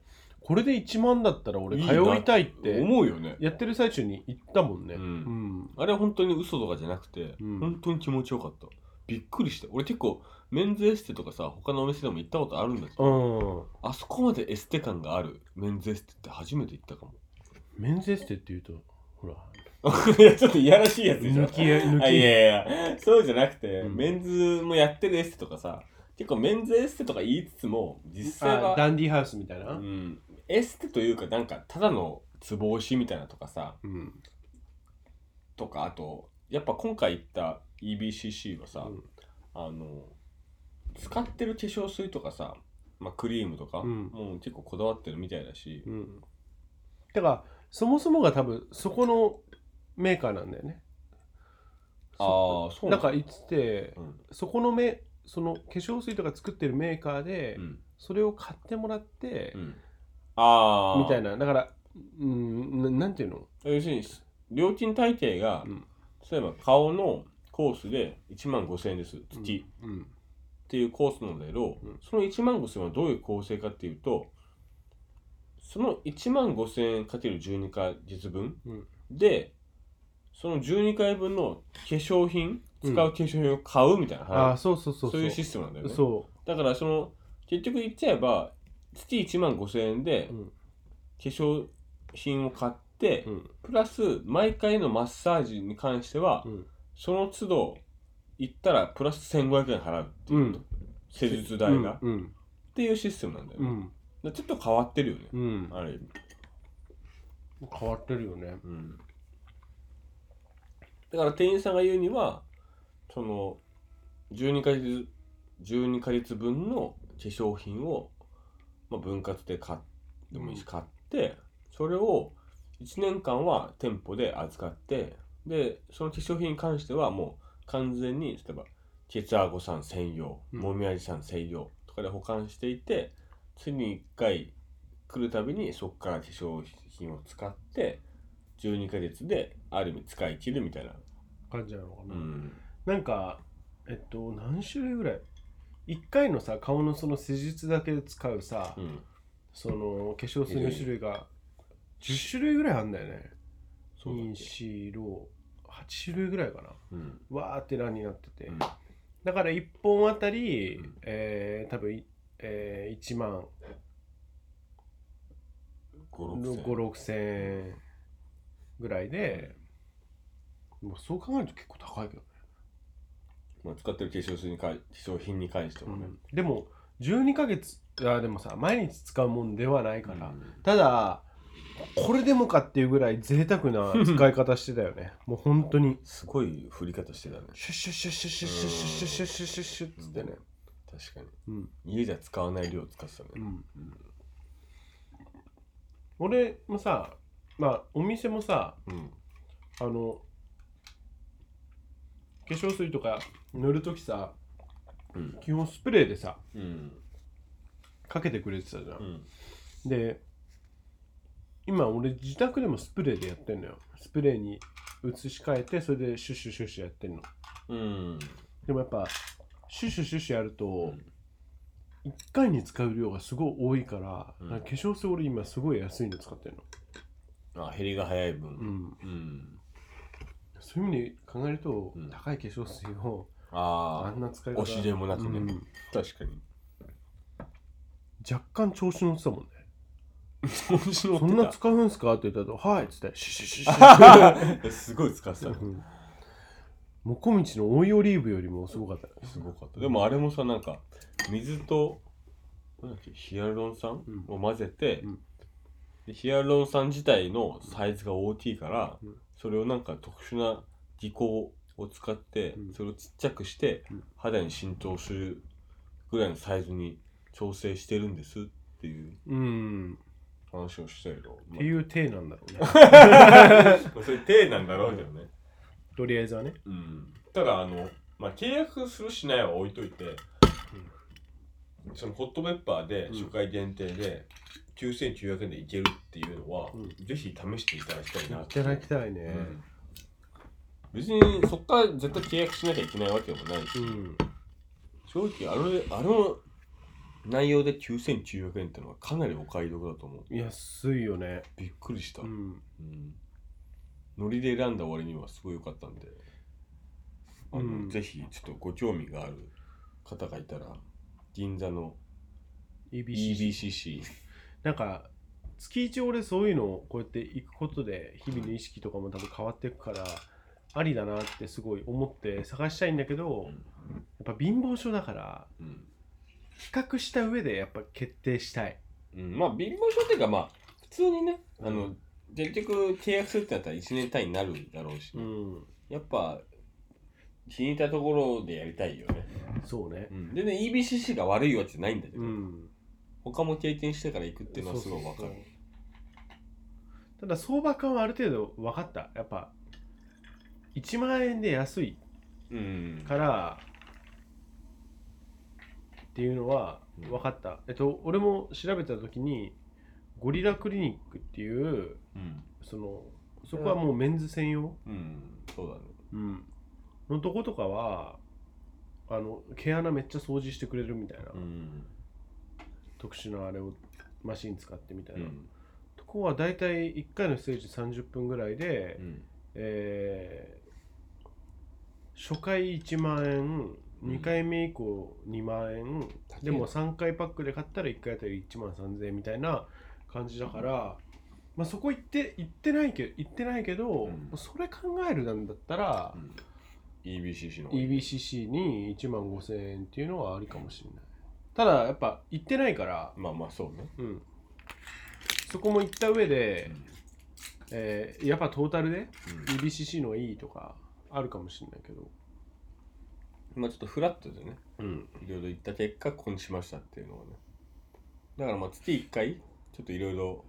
これで1万だったら俺
いい
通
ない
たいって
て思うよね
やってる最中に行ったもんね。
うん
ん。
あれは本当に嘘とかじゃなくて、
うん
本当に気持ちよかったびっくりした俺結構メンズエステとかさ他のお店でも行ったことあるんだけど、
うん。
あそこまでエステ感があるメンズエステって初めて行ったかも
メンズエステって言うと、ほら、
いやちょっといやらしいやつでしょ
抜き、抜
あい
き。
やいやそうじゃなくて、
うん
メンズもやってるエステとかさ結構メンズエステとか言いつつも実際
あ
は
ダンディーハウスみたいな。
うんエステというかなんかただのツボ押しみたいなとかさ
うん
とかあとやっぱ今回行った EBCC はさ、
うん
あの使ってる化粧水とかさ、まあ、クリームとか、
うん
もう結構こだわってるみたいだし、
うんだからそもそもが多分そこのメーカーなんだよね
ああそう
なんか
うん
言ってて
うん
そこのめその化粧水とか作ってるメーカーで、
うん
それを買ってもらって、
うんああ
みたいなだからうんななんていうの
要するに料金体系が、
うん
例えば顔のコースで1万5000円です月、っ
うん
ていうコースなんだけど、
うん
その1万5000円はどういう構成かっていうとその1万5000円かける12回実分、
うん
でその12回分の化粧品使う化粧品を買うみたいな、
ああ
話
そうそうそう
そういうシステムなんだよね
そ
だからその結局言っちゃえば月1万5000円で
う、うん
化粧品を買って、
うん
プラス毎回のマッサージに関しては、
うん
その都度行ったらプラス1500円払うっていう、
うん
施術代が、っ
うん
ていうシステムなんだよ
う
ね、
ん
だからちょっと変わってるよね、
うん
ある意味、
変わってるよね
うん、だから店員さんが言うにはその12ヶ月12ヶ月分の化粧品を、まあ、分割で買ってもいいし、
うん
買ってそれを1年間は店舗で扱ってでその化粧品に関してはもう完全に例えばケツアゴさん専用
うん
もみあじさん専用とかで保管していて次に1回来るたびにそこから化粧品を使って12ヶ月である意味使い切るみたいな、
感じなのか
う
な、
ん、
なんかえっと何種類ぐらい1回のさ顔のその施術だけで使うさ、
うん、
その化粧水の種類が10種類ぐらいあるんだよね
そうだっけ、
248種類ぐらいかな
うん
わーって欄になってて、
うん
だから1本あたり、
うん
えー、多分い、えー、1万
5 6
56,000円ぐらいで、もうそう考えると結構高いけどね、
まあ、使ってる化粧水にかい化粧品に関してもね、
でも12ヶ月あでもさ毎日使うもんではないから、
うん
ただこれでもかっていうぐらい贅沢な使い方してたよねもう本当に
すごい振り方してたね
シュッシュッシュッシュッシュッシュッシュッシュッシュッシュッシュッつってね
確かに
うん
家じゃ使わない量使ってたね、
うん
うん
俺もさまあお店もさ
うん
あの化粧水とか塗るときさ
うん
基本スプレーでさ
うん
かけてくれてたじゃ、
うんん
で今俺自宅でもスプレーでやってんのよスプレーに移し替えてそれでシュッシュシュッシュやってんの
うん
でもやっぱシュッシュシュッシュやると1回に使う量がすごい多いから、
うん
なんか化粧水俺今すごい安いの使ってんの
あ減りが早いう分
ん
うん、
そういう意味で考えると、
うん
高い化粧水をあ
あ
んな使い
あ惜しでもなくね、
うん
確かに
若干調子乗ってたもんね
調子乗
そん
っ
な
て
使うんすかって言ったと「はい」っつって「シュシュシュシュ
た すごい使ってたね
うんもこみちの追いオリーブよりもすごかったね
すごかったでもあれもさなんか水となんだっけヒアルロン酸
うん
を混ぜて、
うん
でヒアルロン酸自体のサイズが大きいから、
うん
それをなんか特殊な技巧を使って、
うん
それをちっちゃくして、
うん
肌に浸透するぐらいのサイズに調整してるんですっていう
うん
話をしたけど、
っ
ま
ていう体なんだろうね
あまあそれ手なんだろうけどね、
とりあえずはね
うん、ただあの、まあ、契約するしないは置いといて、そのホットペッパーで
うん
初回限定で9900円でいけるっていうのは、
うん
ぜひ試していただきたいなっ
い
てい
た
う
だきたいうね
ん別にそっから絶対契約しなきゃいけないわけでもないし、
うん
正直あれあの内容で9900円ってのはかなりお買い得だと思う
安いよね
びっくりした、
うん
うんノリで選んだ割にはすごい良かったんであの、
うん
ぜひちょっとご興味がある方がいたら銀座の
EBC
EBCC
なんか月一俺そういうのをこうやって行くことで日々の意識とかも多分変わっていくからありだなってすごい思って探したいんだけどやっぱ貧乏症だから
うん
比較した上でやっぱ決定したい
うん、まあ貧乏症っていうかまあ普通にねあ
う
の結局契約するってなったら1年単位になるだろうし、
うん
やっぱ気に入ったところでやりたいよね、
そうね
でね EBCC が悪いわけじゃないんだけど、
うん
他も経験してから行くっていうのはすごい分か
そう
る
そうそうただ相場感はある程度分かったやっぱ1万円で安い
うん
からっていうのは
うん
分かった、えっと俺も調べた時にゴリラクリニックっていう
うん、
そのそこはもうメンズ専用、
うん、そうだね
うん、のとことかはあの毛穴めっちゃ掃除してくれるみたいな、
うん、
特殊なあれをマシン使ってみたいうな、
ん
とこは大体1回のステージ30分ぐらいで、
うん
えー初回1万円
うん
2回目以降2万円、
高い
でも3回パックで買ったら1回あたり1万3000円みたいな感じだから、まあ、そこ行って行ってないけど行ってないけど、
うん
それ考えるなんだったら
う、ん EBCC の方
EBCC に1万5000円っていうのはありかもしれないただやっぱ行ってないから、
まあまあそうね、
うん、そこも行った上で、えーやっぱトータルで
うん
EBCC の方がいいとかあるかもしれないけど、
まあちょっとフラットでね
うん、
いろいろ行った結果ここにしましたっていうのはねだからまあ月1回ちょっといろいろ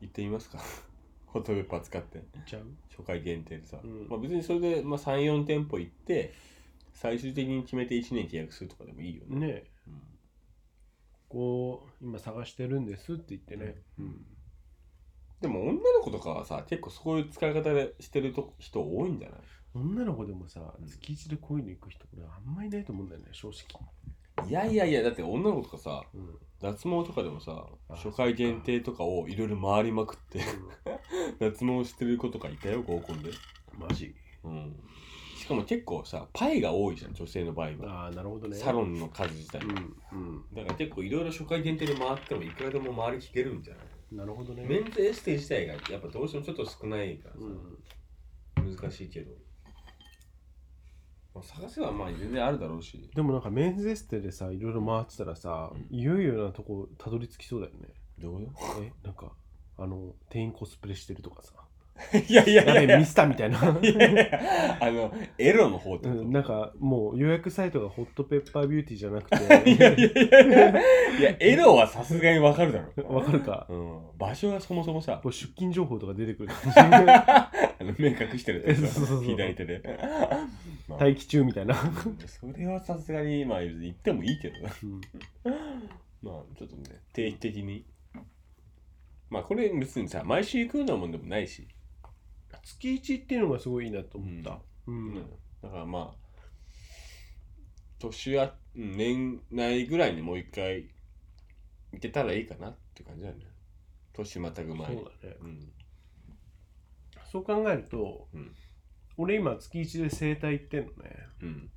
行ってみますか ホットペッパー使って
行っちゃう
初回限定でさ、
うん
まあ別にそれで34店舗行って最終的に決めて1年契約するとかでもいいよね
ねえ
うん
こう今探してるんですって言ってね、
うんでも女の子とかはさ結構そういう使い方でしてると人多いんじゃない
女の子でもさ
うん
月一でこういうの行く人これあんまりいないと思うんだよね正直、
いやいやいやだって女の子とかさ
うんうん
脱毛とかでもさ
あ
初回限定とかをいろいろ回りまくって脱毛してる子とかいたよ合コンで、
マジ
うん、しかも結構さパイが多いじゃん女性の場合は、
ああなるほどね
サロンの数自体
う
が、
んうん
だから結構いろいろ初回限定で回ってもいくらでも回りきてるんじゃない
なるほどね
メンズエステ自体がやっぱどうしてもちょっと少ないからさ、
うん
難しいけど、まあ、探せばまあ全然あるだろうし
でもなんかメンズエステでさいろいろ回ってたらさ、
う
いよいよなとこたどり着きそうだよね
どうよ
えなんかあの店員コスプレしてるとかさ
いやいや
や
いや
べえミスターみたいな
いやいや あのエロの方って
う
こと
んなんかもう予約サイトがホットペッパービューティーじゃなく
いやい
て
やいやいやいやエロはさすがにわかるだろ
わかるか
うん、場所がそもそもさ
こう出勤情報とか出 てくる
あの 目隠してるってさ
そうそうそう
左 手で、まあ
待機中みたいな、
それはさすがにまあ言ってもいいけどな
うん
まあちょっとね定期的にまあこれ別にさ毎週行くようなもんでもないし、
月一っていうのがすごいいいなと思った、うん
だからまあ年はうん年内ぐらいにもう一回行けたらいいかなって感じだよね年またぐ
そう
前に
だね
うん
そう考えると、
うん
俺今月一で整体行ってんのね
うん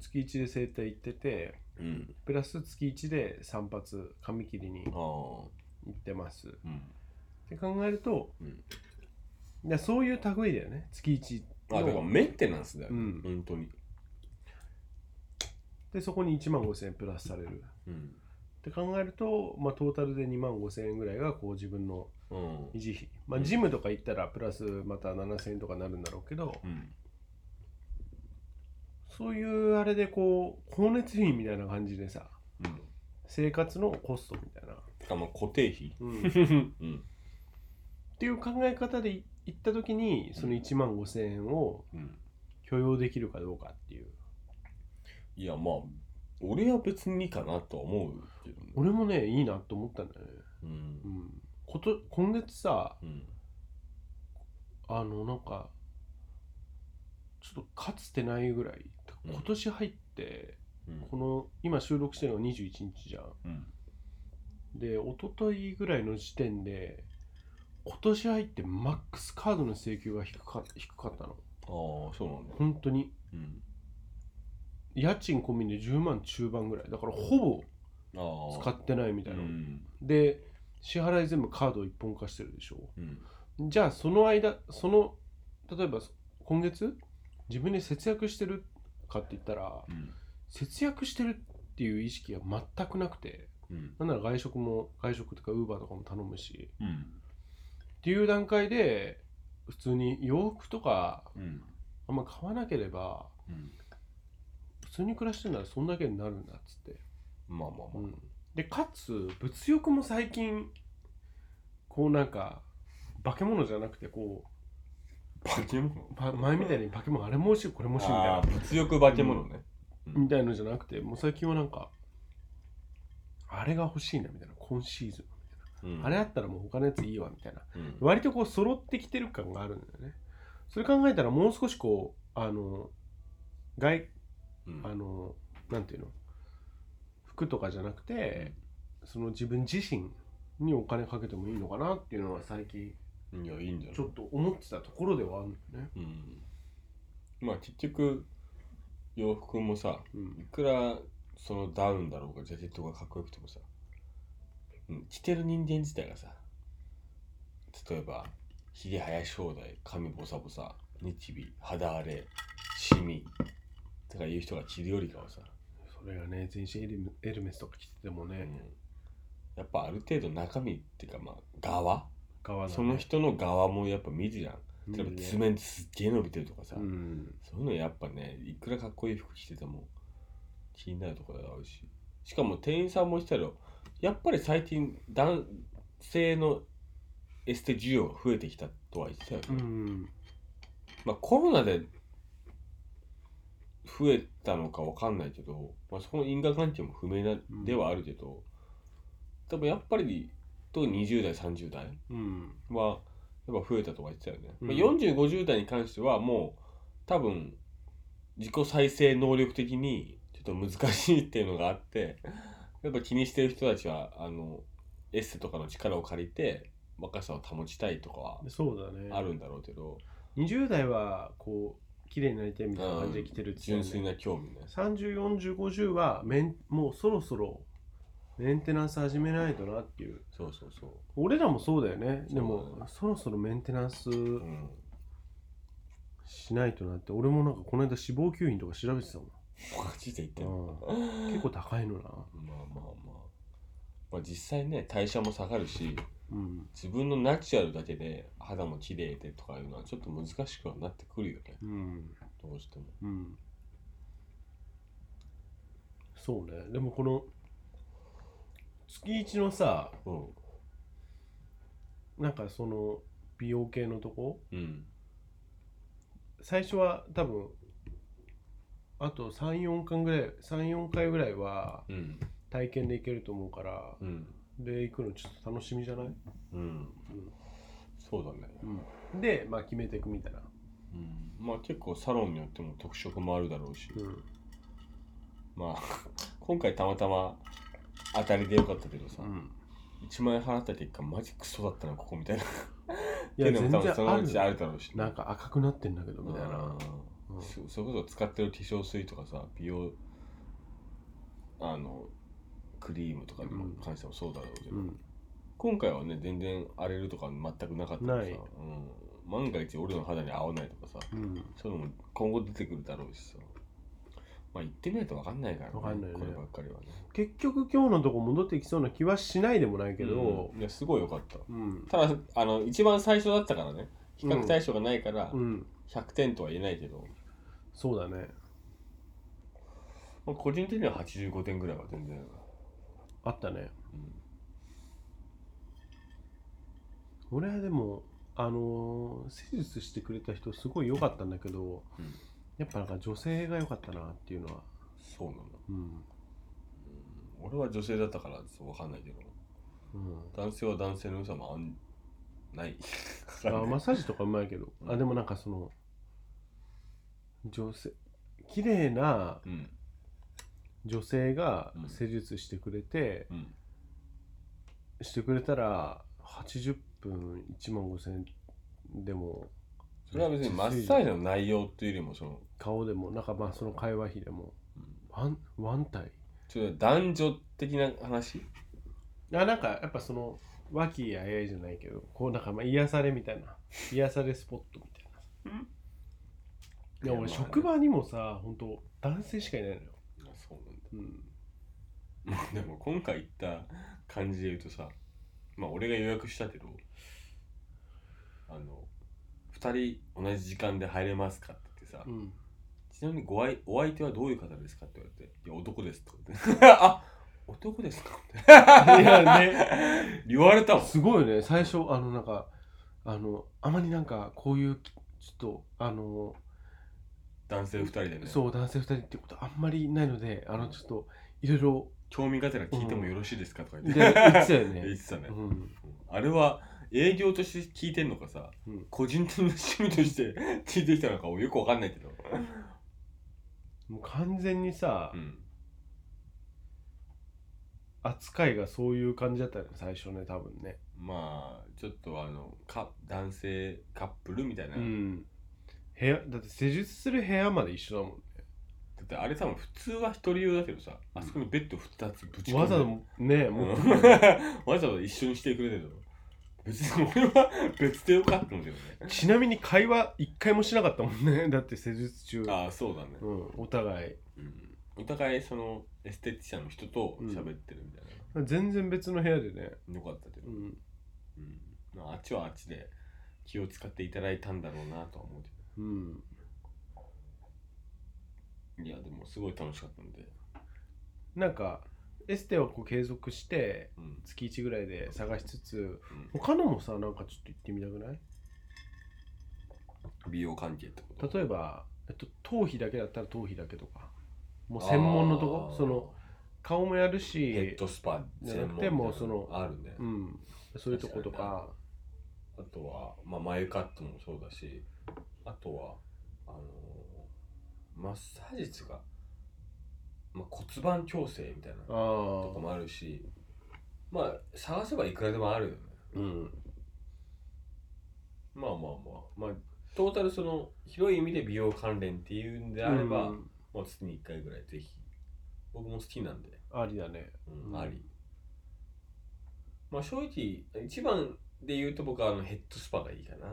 月一で整体行ってて
うん
プラス月1で散髪髪切りに
ああ
行ってますっ
うん
て考えると、
うん
いやそういう類だよね月1
あだからメンテナンスだよ、
う
ね
ん
本当に
でそこに1万5000円プラスされる
うん
って考えると、まあ、トータルで2万5000円ぐらいがこう自分の
うん
維持費、まあ、
うん
ジムとか行ったらプラスまた7000円とかなるんだろうけど
うん
そういうあれでこう光熱費みたいな感じでさ
うん
生活のコストみたいな、
てかまあ固定費
うん
うん
っていう考え方で行った時にその1万5000円を
うん
許容できるかどうかっていう
いやまあ俺は別にいいかなとは思うけどね
俺もねいいなと思ったんだよね、
うん
うん、こと今月さ
うん
あのなんかちょっとかつてないぐらい
うん
今年入って、
うん
この今収録してるのが21日じゃん
うん
で一昨日ぐらいの時点で今年入ってマックスカードの請求が低か低かったの
ああそうなんだ
本当に
うん
家賃込みで10万中盤ぐらいだからほ
ああ
ぼ使ってないみたいな、
うん
で支払い全部カード一本化してるでしょ
うん
じゃあその間その例えば今月自分で節約してるかって言ったら
うん
節約してるっていう意識が全くなくて
うん
なんなら外食も外食とかウーバーとかも頼むし
うん
っていう段階で普通に洋服とか
うん
あんま買わなければ
うん
普通に暮らしてるならそんだけになるんだっつって、
まあまあ
う
まあ
ん、でかつ物欲も最近こうなんか化け物じゃなくてこ
化け物
うば前みたいに化け物あれも欲しいこれも欲しいみたいな
あー物欲化け物ね
みたいのじゃなくてもう最近はなんかあれが欲しいなみたいな今シーズン
うん
あれあったらもう他のやついいわみたいな
うん
割とこう揃ってきてる感があるんだよねそれ考えたらもう少しこうあの外
うん
あのなんていうの服とかじゃなくてその自分自身にお金かけてもいいのかなっていうのは最近
いやいいんじゃない
ちょっと思ってたところではあるんだよね
うんまあ結局洋服もさ
うん
いくらそのダウンだろうがジャケットがかっこよくてもさ、うん、着てる人間自体がさ例えばひげ生やし放題髪ボサボサニキビ肌荒れシミとかいう人が着るよりかはさ、
それがね全身エルメエルメスとか着てても
うん
ね
やっぱある程度中身っていうかまあ側
側だね
その人の側もやっぱ見るじゃん
見
例え
る
ば
ね
爪すっげえ伸びてるとかさ、
うん
そういうのやっぱね、いくらかっこいい服着てても気になるところがあるし、しかも店員さんも言ってたら、やっぱり最近男性のエステ需要が増えてきたとは言ってたよね。
うん
まあコロナで増えたのかわかんないけど、まあ、そこの因果関係も不明な
うん
ではあるけど、多分やっぱり特に20代30代
うん
はやっぱ増えたとか言ってたよね、
うん
まあ4050代に関してはもう多分自己再生能力的にちょっと難しいっていうのがあってやっぱ気にしてる人たちはあのエッセとかの力を借りて若さを保ちたいとかは
そうだね
あるんだろうけど、
20代はこう綺麗になりたいみたいな感じで来てるってい
純
うね
粋な興味ね
304050はメンもうそろそろメンテナンス始めないとなっていう
そうそうそ
俺らもそうだよね
そう
でもそろそろメンテナンス
う、うん、
しないとなって俺もなんかこの間死亡吸引とか調べてたもん、
マジで言ってんの
うん結構高いのな
まあまあまあまあ実際ね代謝も下がるし
うん
自分のナチュラルだけで肌も綺麗でとかいうのはちょっと難しくはなってくるよね
うん
どうしても
うんそうねでもこの月一のさ
う
なんかその美容系のとこ
んうん
最初は多分あと34巻ぐらい34回ぐらいは
うん
体験で行けると思うから
うん
で行くのちょっと楽しみじゃない、
うんそうだね
うん、でまあ決めていくみたいな、
うんまあ結構サロンによっても特色もあるだろうし
うん、
まあ 今回たまたま当たりでよかったけどさ、
うん
1万円払った結果マジクソだったなここみたいなっ
い
ていう
や
の
全
も多分そ
然あ
のう
る
ちあるだろうしね
なんか赤くなってんだけどみたいな、
う
うん
んそそれこそ使ってる化粧水とかさ美容あのクリームとかにも関してもそうだろうけど、
うん、
今回はね全然荒れるとか全くなかったから
な
さ
い、
うん、万が一俺の肌に合わないとかさ
うん、
そういうのも今後出てくるだろうしさまあ言ってみないと分かんないから、
わかんないね
こればっかりはね
結局今日のとこ戻ってきそうな気はしないでもないけど
うんいやすごい良かった
うん
ただあの一番最初だったからね比較対象がないから
うん、
100点とは言えないけど、
そうだね
まあ個人的には85点ぐらいは全然
あったね
うん
俺はでもあのー施術してくれた人すごい良かったんだけど、
うん
やっぱなんか女性が良かったなっていうのは、
そうなの
うん
俺は女性だったからそうわかんないけど
うん
男性は男性の良さもあん ない
あマッサージとかうまいけど、
うん
あでもなんかその女性綺麗な
うん
女性が
うん
施術してくれて、
うん
してくれたら80分1万5千円でも
それは別にマッサージの内容っていうよりもその、
顔でもなんかまあその会話費でも
うん
ワンワン体
ちょっと男女的な話
あなんかやっぱその和気あいあいじゃないけどこうなんかまあ癒されみたいな癒されスポットみたいな、いや
まあ
俺
ね
職場にもさ本当男性しかいないのよ、
そうなんだ
うん、
もうでも今回行った感じで言うとさまあ俺が予約したけどあの2人同じ時間で入れますかって言ってさ、
うん、
ちなみにごあいお相手はどういう方ですかって言われて「いや男です」って言 ってあ男ですか?」って
いやね
言われたもん
すごいよね最初あのなんかあのあまりなんかこういうきちょっとあの
男性2人でね
そう男性2人ってことあんまりないのであのちょっといろいろ
興味がてら聞いてもよろしいですかとか言
で
って
言ってたよ
言 っ
ね、
てたね、
うん、
あれは営業として聞いてんのかさ、
うん
個人的な趣味として 聞いてきたのかよくわかんないけど、
もう完全にさ、
うん、
扱いがそういう感じだったよね最初ね多分ね
まあちょっとあのか男性カップルみたいな、
うん部屋だって施術する部屋まで一緒だもんね
だってあれ多分普通は一人用だけどさあそこにベッド2つぶち込んで
わざとね
うん
もう、
わざわざ一緒にしてくれてるの別に俺は別でよかったんだよね
ちなみに会話一回もしなかったもんね だって施術中、
ああそうだね、
うん、お互い
うんお互いそのエステティシャンの人と喋ってるみたい
全然別の部屋でね、
な、よかったけど、
うん
うんまあ、あっちはあっちで気を使っていただいたんだろうなとは思うけ
うん、
どいやでもすごい楽しかったんで、
なんかエステはこう継続して
うんうん
月1ぐらいで探しつつ他のもさなんかちょっと行ってみたくない
美容関係ってこと
例えば、えっと、頭皮だけだったら頭皮だけとかもう専門のとこ
あー
その顔もや
ヘ
るし
ッ、ドスパ
じゃな
専
く
門
ても
みたいな
その
あるね、
うん、そういうとことか
あとは、まあ、眉カットもそうだし、あとは、あのーマッサージ室が、まあ、骨盤矯正みたい
あ
なとこ
ー
もあるし、まあ、探せばいくらでもあるよね。
うん
まあまあまあ、まあ、トータルその、広い意味で美容関連っていうんであれば、
うん
もう月に1回ぐらいぜひ、僕も好きなんで、
ありだね
うん
うん
あり。まあ、正直、一番で言うと僕はあのヘッドスパがいいかな。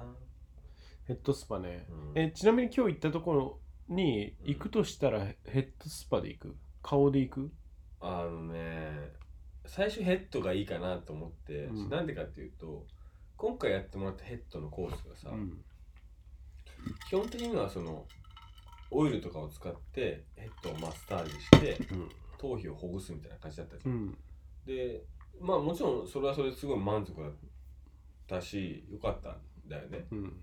ヘッドスパね
うん
えちなみに今日行ったところに行くとしたらヘッドスパで行く顔で行く
あのね最初ヘッドがいいかなと思って
うん
な、んでかっていうと今回やってもらったヘッドのコースがさ、
うん
基本的にはそのオイルとかを使ってヘッドをマッサージして
うん
頭皮をほぐすみたいな感じだったじ
う
ゃん、
ん
でまあもちろんそれはそれですごい満足だったしよかったんだよね
うん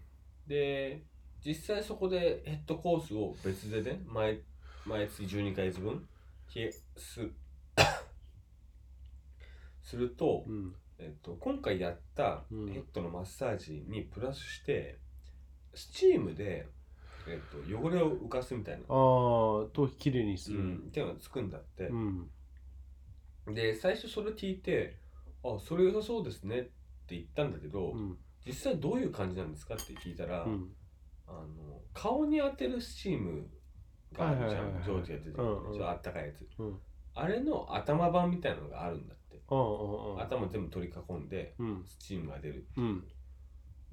で実際そこでヘッドコースを別でね毎毎月12回分ひす すると、
うん
えっと、今回やったヘ
うん
ッドのマッサージにプラスして、スチームで、えっと、汚れを浮かすみたいな、
ああ頭皮きれいにす
う
る、
ん、っていうのがつくんだって、
うん
で最初それ聞いて「あそれ良さそうですね」って言ったんだけど、
うん
実際どういう感じなんですかって聞いたら、
うん
あの顔に当てるスチームがあるじゃ
はいはいはいは
ん
い
蒸気が出てる、
うんうん
ちょっとあったかいやつ
うん
あれの頭版みたいなのがあるんだって
ああああ
頭全部取り囲んで
うん
スチームが出る
うん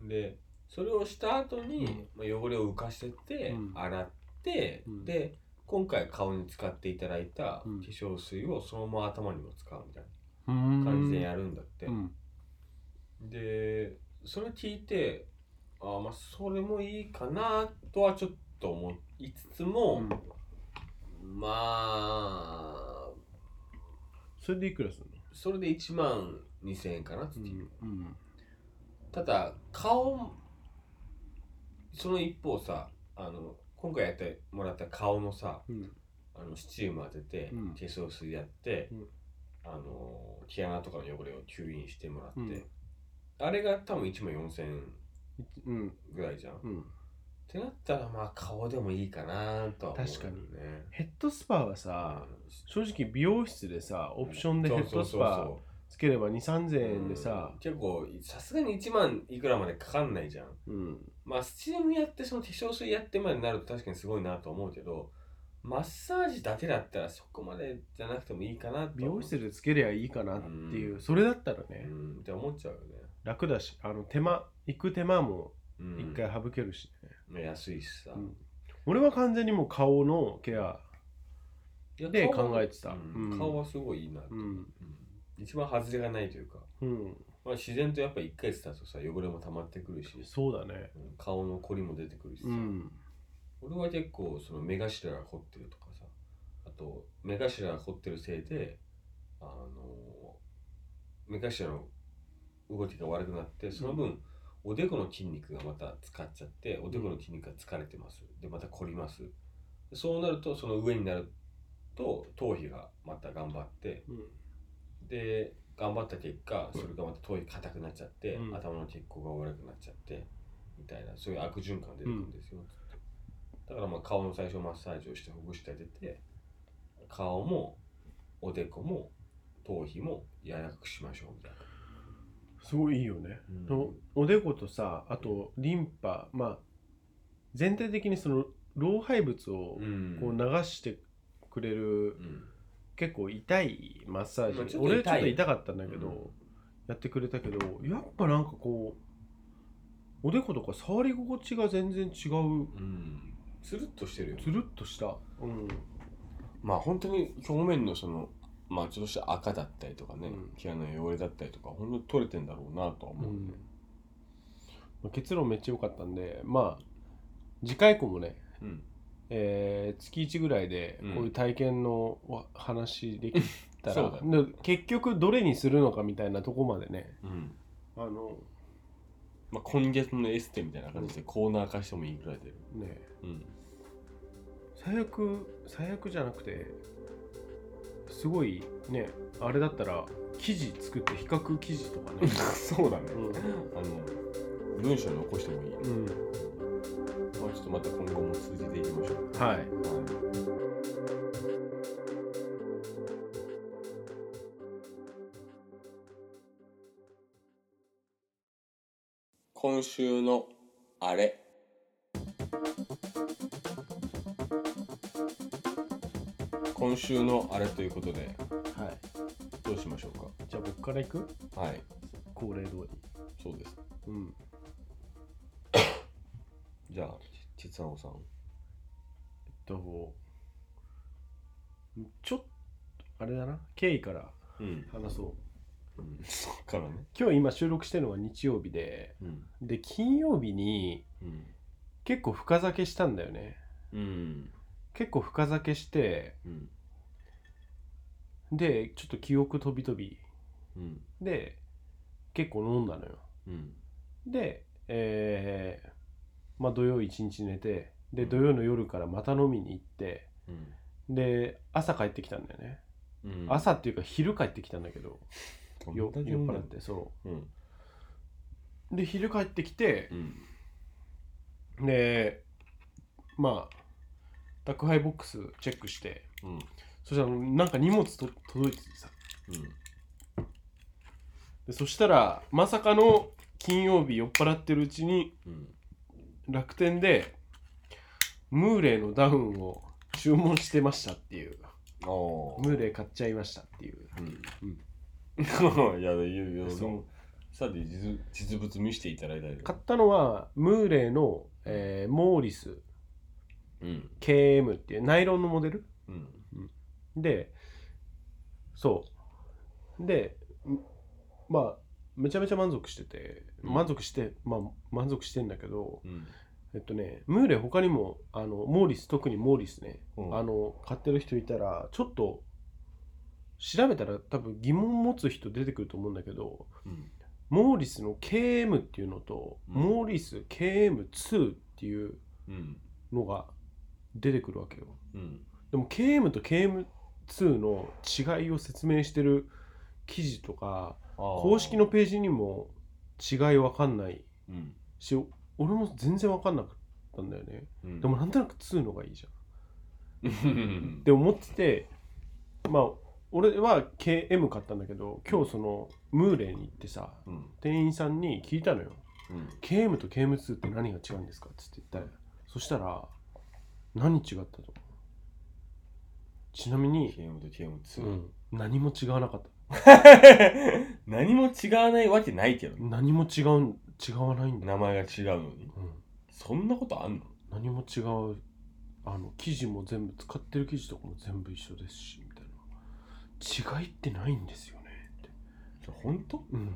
でそれをした後
う
に
ん、
まあ、汚れを浮かしてって、
うん
洗って、
うん
で今回顔に使っていただいた化
うん
粧水をそのまま頭にも使うみたいうなん感じでやるんだって、
うん
でそれ聞いてあまあそれもいいかなとはちょっと思いつつも、
うん
まあ
それでいくらする
それで1万2000円かなって
の
いう、
うん
ただ顔その一方さあの今回やってもらった顔のさ
うん
あのスチーム当てて、
うん
化粧水やって、
うん
あの毛穴とかの汚れを吸引してもらって、
うん
あれが多分1万4000円
うん
ぐらいじゃん、っ
うん
てなったらまあ顔でもいいかなとは思う
確かに
ね
ヘッドスパはさ
うん
正直美容室でさオプションでヘッドスパつければ2
そうそ
3
うそう
千円でさ
うん結構さすがに1万いくらまでかかんないじゃん
うん
まあ、スチームやって、その化粧水やってまでなると確かにすごいなと思うけど、マッサージだけだったらそこまでじゃなくてもいいかなと。
美容室でつけりゃいいかなっていううんそれだったら
う
ね
ん、って思っちゃうよね。
楽だしあの手間行く手間も
うん、
一回省けるしね
まあ安いしさ。
うん俺は完全にもう顔のケア
いや
で
顔は
考えてた
うん
うん
顔はすごいいいなと、
うん
うん一番外れがないというか、
うん
まあ、自然とやっぱ一回したとさ汚れも溜まってくるし、
そうだね
うん顔の凝りも出てくるしさ、
うん
俺は結構その目頭が凝ってるとかさあと目頭が凝ってるせいであの目頭の動きが悪くなってその分、おでこの筋肉がまた使っちゃっておでこの筋肉が疲れてますでまた凝りますそうなるとその上になると頭皮がまた頑張って
うん
で頑張った結果それがまた頭皮硬くなっちゃって、
うん
頭の血行が悪くなっちゃってみたいなそういう悪循環出てくるんですよ、だからまあ顔の最初マッサージをしてほぐしてあげて顔もおでこも頭皮も柔らかくしましょうみたいな、
すごいいいよね
うん
のおでことさあとリンパまあ全体的にその老廃物を
うん
こう流してくれ
う
る
ん
結構痛いマッサージ、
まあちょっと痛い
俺ちょっと痛かったんだけど、
うん
やってくれたけどやっぱなんかこうおでことか触り心地が全然違う
うんつるっとしてるよね
つるっとした、うん、
まあ本当に表面のそのまあちょっとした赤だったりとかね、
うん
毛穴の汚れだったりとか本当に取れてんだろうなとは思うね、
まあ結論めっちゃ良かったんでまあ次回以降もね
うん
えー月1ぐらいで
うん
こういう体験のわ話できたら、
そう
で結局どれにするのかみたいなとこまでね
うん
あの
まあ、今月のエステみたいな感じでコーナー化してもいいぐらいで、
ね
うん、
最悪最悪じゃなくてすごいねあれだったら記事作って比較記事とか ね
そうだね
うん、
あの文章に起こしてもいい、
うん、
まあ、ちょっとまた今後も続けていきましょう
はい
はい今週のあれ今週のあれということで
はい
どうしましょう
じゃあ僕から行く
かはい
恒例通り
そうです
うん
じゃあ哲郎さん
えっとちょっとあれだな経緯から
うん、
話そ
う
う
ん、そっからね
今日今収録してるのが日曜日で
うん
で金曜日に
うん
結構深酒したんだよね
うん
結構深酒して
うん
でちょっと記憶飛び飛び
うん
で結構飲んだのよ
うん
でえーまあ土曜一日寝てで土曜の夜からまた飲みに行ってで朝帰ってきたんだよね、
うん
朝っていうか昼帰ってきたんだけど
どん
よ
だ
酔っ
け飲んだ
払ってそ
うん
うで昼帰ってきて
うん
でまあ宅配ボックスチェックして
うん
そしたらなんか荷物と届いててさ
うん
でそしたらまさかの金曜日酔っ払ってるうちに
うん
楽天でムーレイのダウンを注文してましたっていう
ああ
ムーレイ買っちゃいましたっていう
うん いやいやいや
そう
そのさて実実物見せていただいたり
買ったのはムーレイの、えーモーリス
うん、
KM っていうナイロンのモデル
うん、
でそうでんまあめちゃめちゃ満足してて
うん
満足して、まあ満足してんだけど
うん
えっとねムーレイ他にもあのモーリス特にモーリスね
うん
あの買ってる人いたらちょっと調べたら多分疑問持つ人出てくると思うんだけど
うん
モーリスの KM っていうのと、
うん
モーリス KM2 っていう
うん
のが出てくるわけよ
うん
でも KM と KM2 の違いを説明してる記事とか公
公
式のページにも違いわかんない
うん
し俺も全然わかんなかったんだよね
うん
でもなんとなく2のがいいじゃん
うん
って思っててまあ俺は KM 買ったんだけど今日そのムーレイに行ってさ
うん
店員さんに聞いたのよ
うん、
KM と KM2 って何が違うんですかっつって言ったらそしたら何違ったと思うちなみに、
KM と
う
KM2、
ん、何も違わなかった
何も違わないわけないけどね
何も違うん違わないんだ、
名前が違うのに
うん、
そんなことあんの
何も違うあの生地も全部使ってる生地とかも全部一緒ですしみたいな違いってないんですよねって、
本当
うん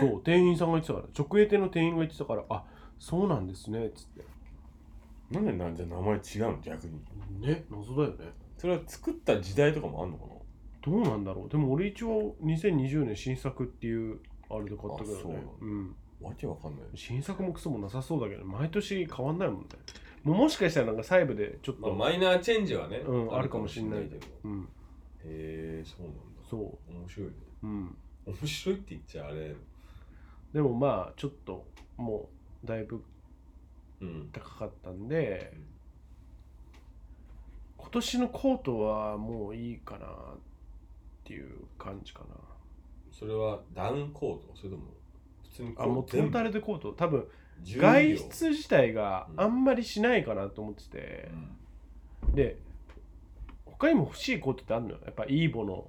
そう店員さんが言ってたから直営店の店員が言ってたからあそうなんですねっつって
なんでなんで名前違うの逆に
ね謎だよね
それは作った時代とかもあんのかな
どうなんだろうでも俺一応2020年新作っていうあれで買ったけど
あそうな
ね
んだ
うん
わけわかんない
新作もクソもなさそうだけど毎年変わんないもんねもうもしかしたらなんか細部でちょっと、
まあ、マイナーチェンジはね、
うんあるかもしんないけど
へ
うん
えそうなんだ
そ
面白いね
ううん
面白いって言っちゃあれ
でもまあちょっともうだいぶ
うん
高かったんで今年のコートはもういいかなっていう感じかな
それはダウンコートそれとも普通に
あもうトータルでコート多分
全部
外
12秒
出自体が
うん
あんまりしないかなと思ってて、
うん
で他にも欲しいコートってあるのよやっぱイーボの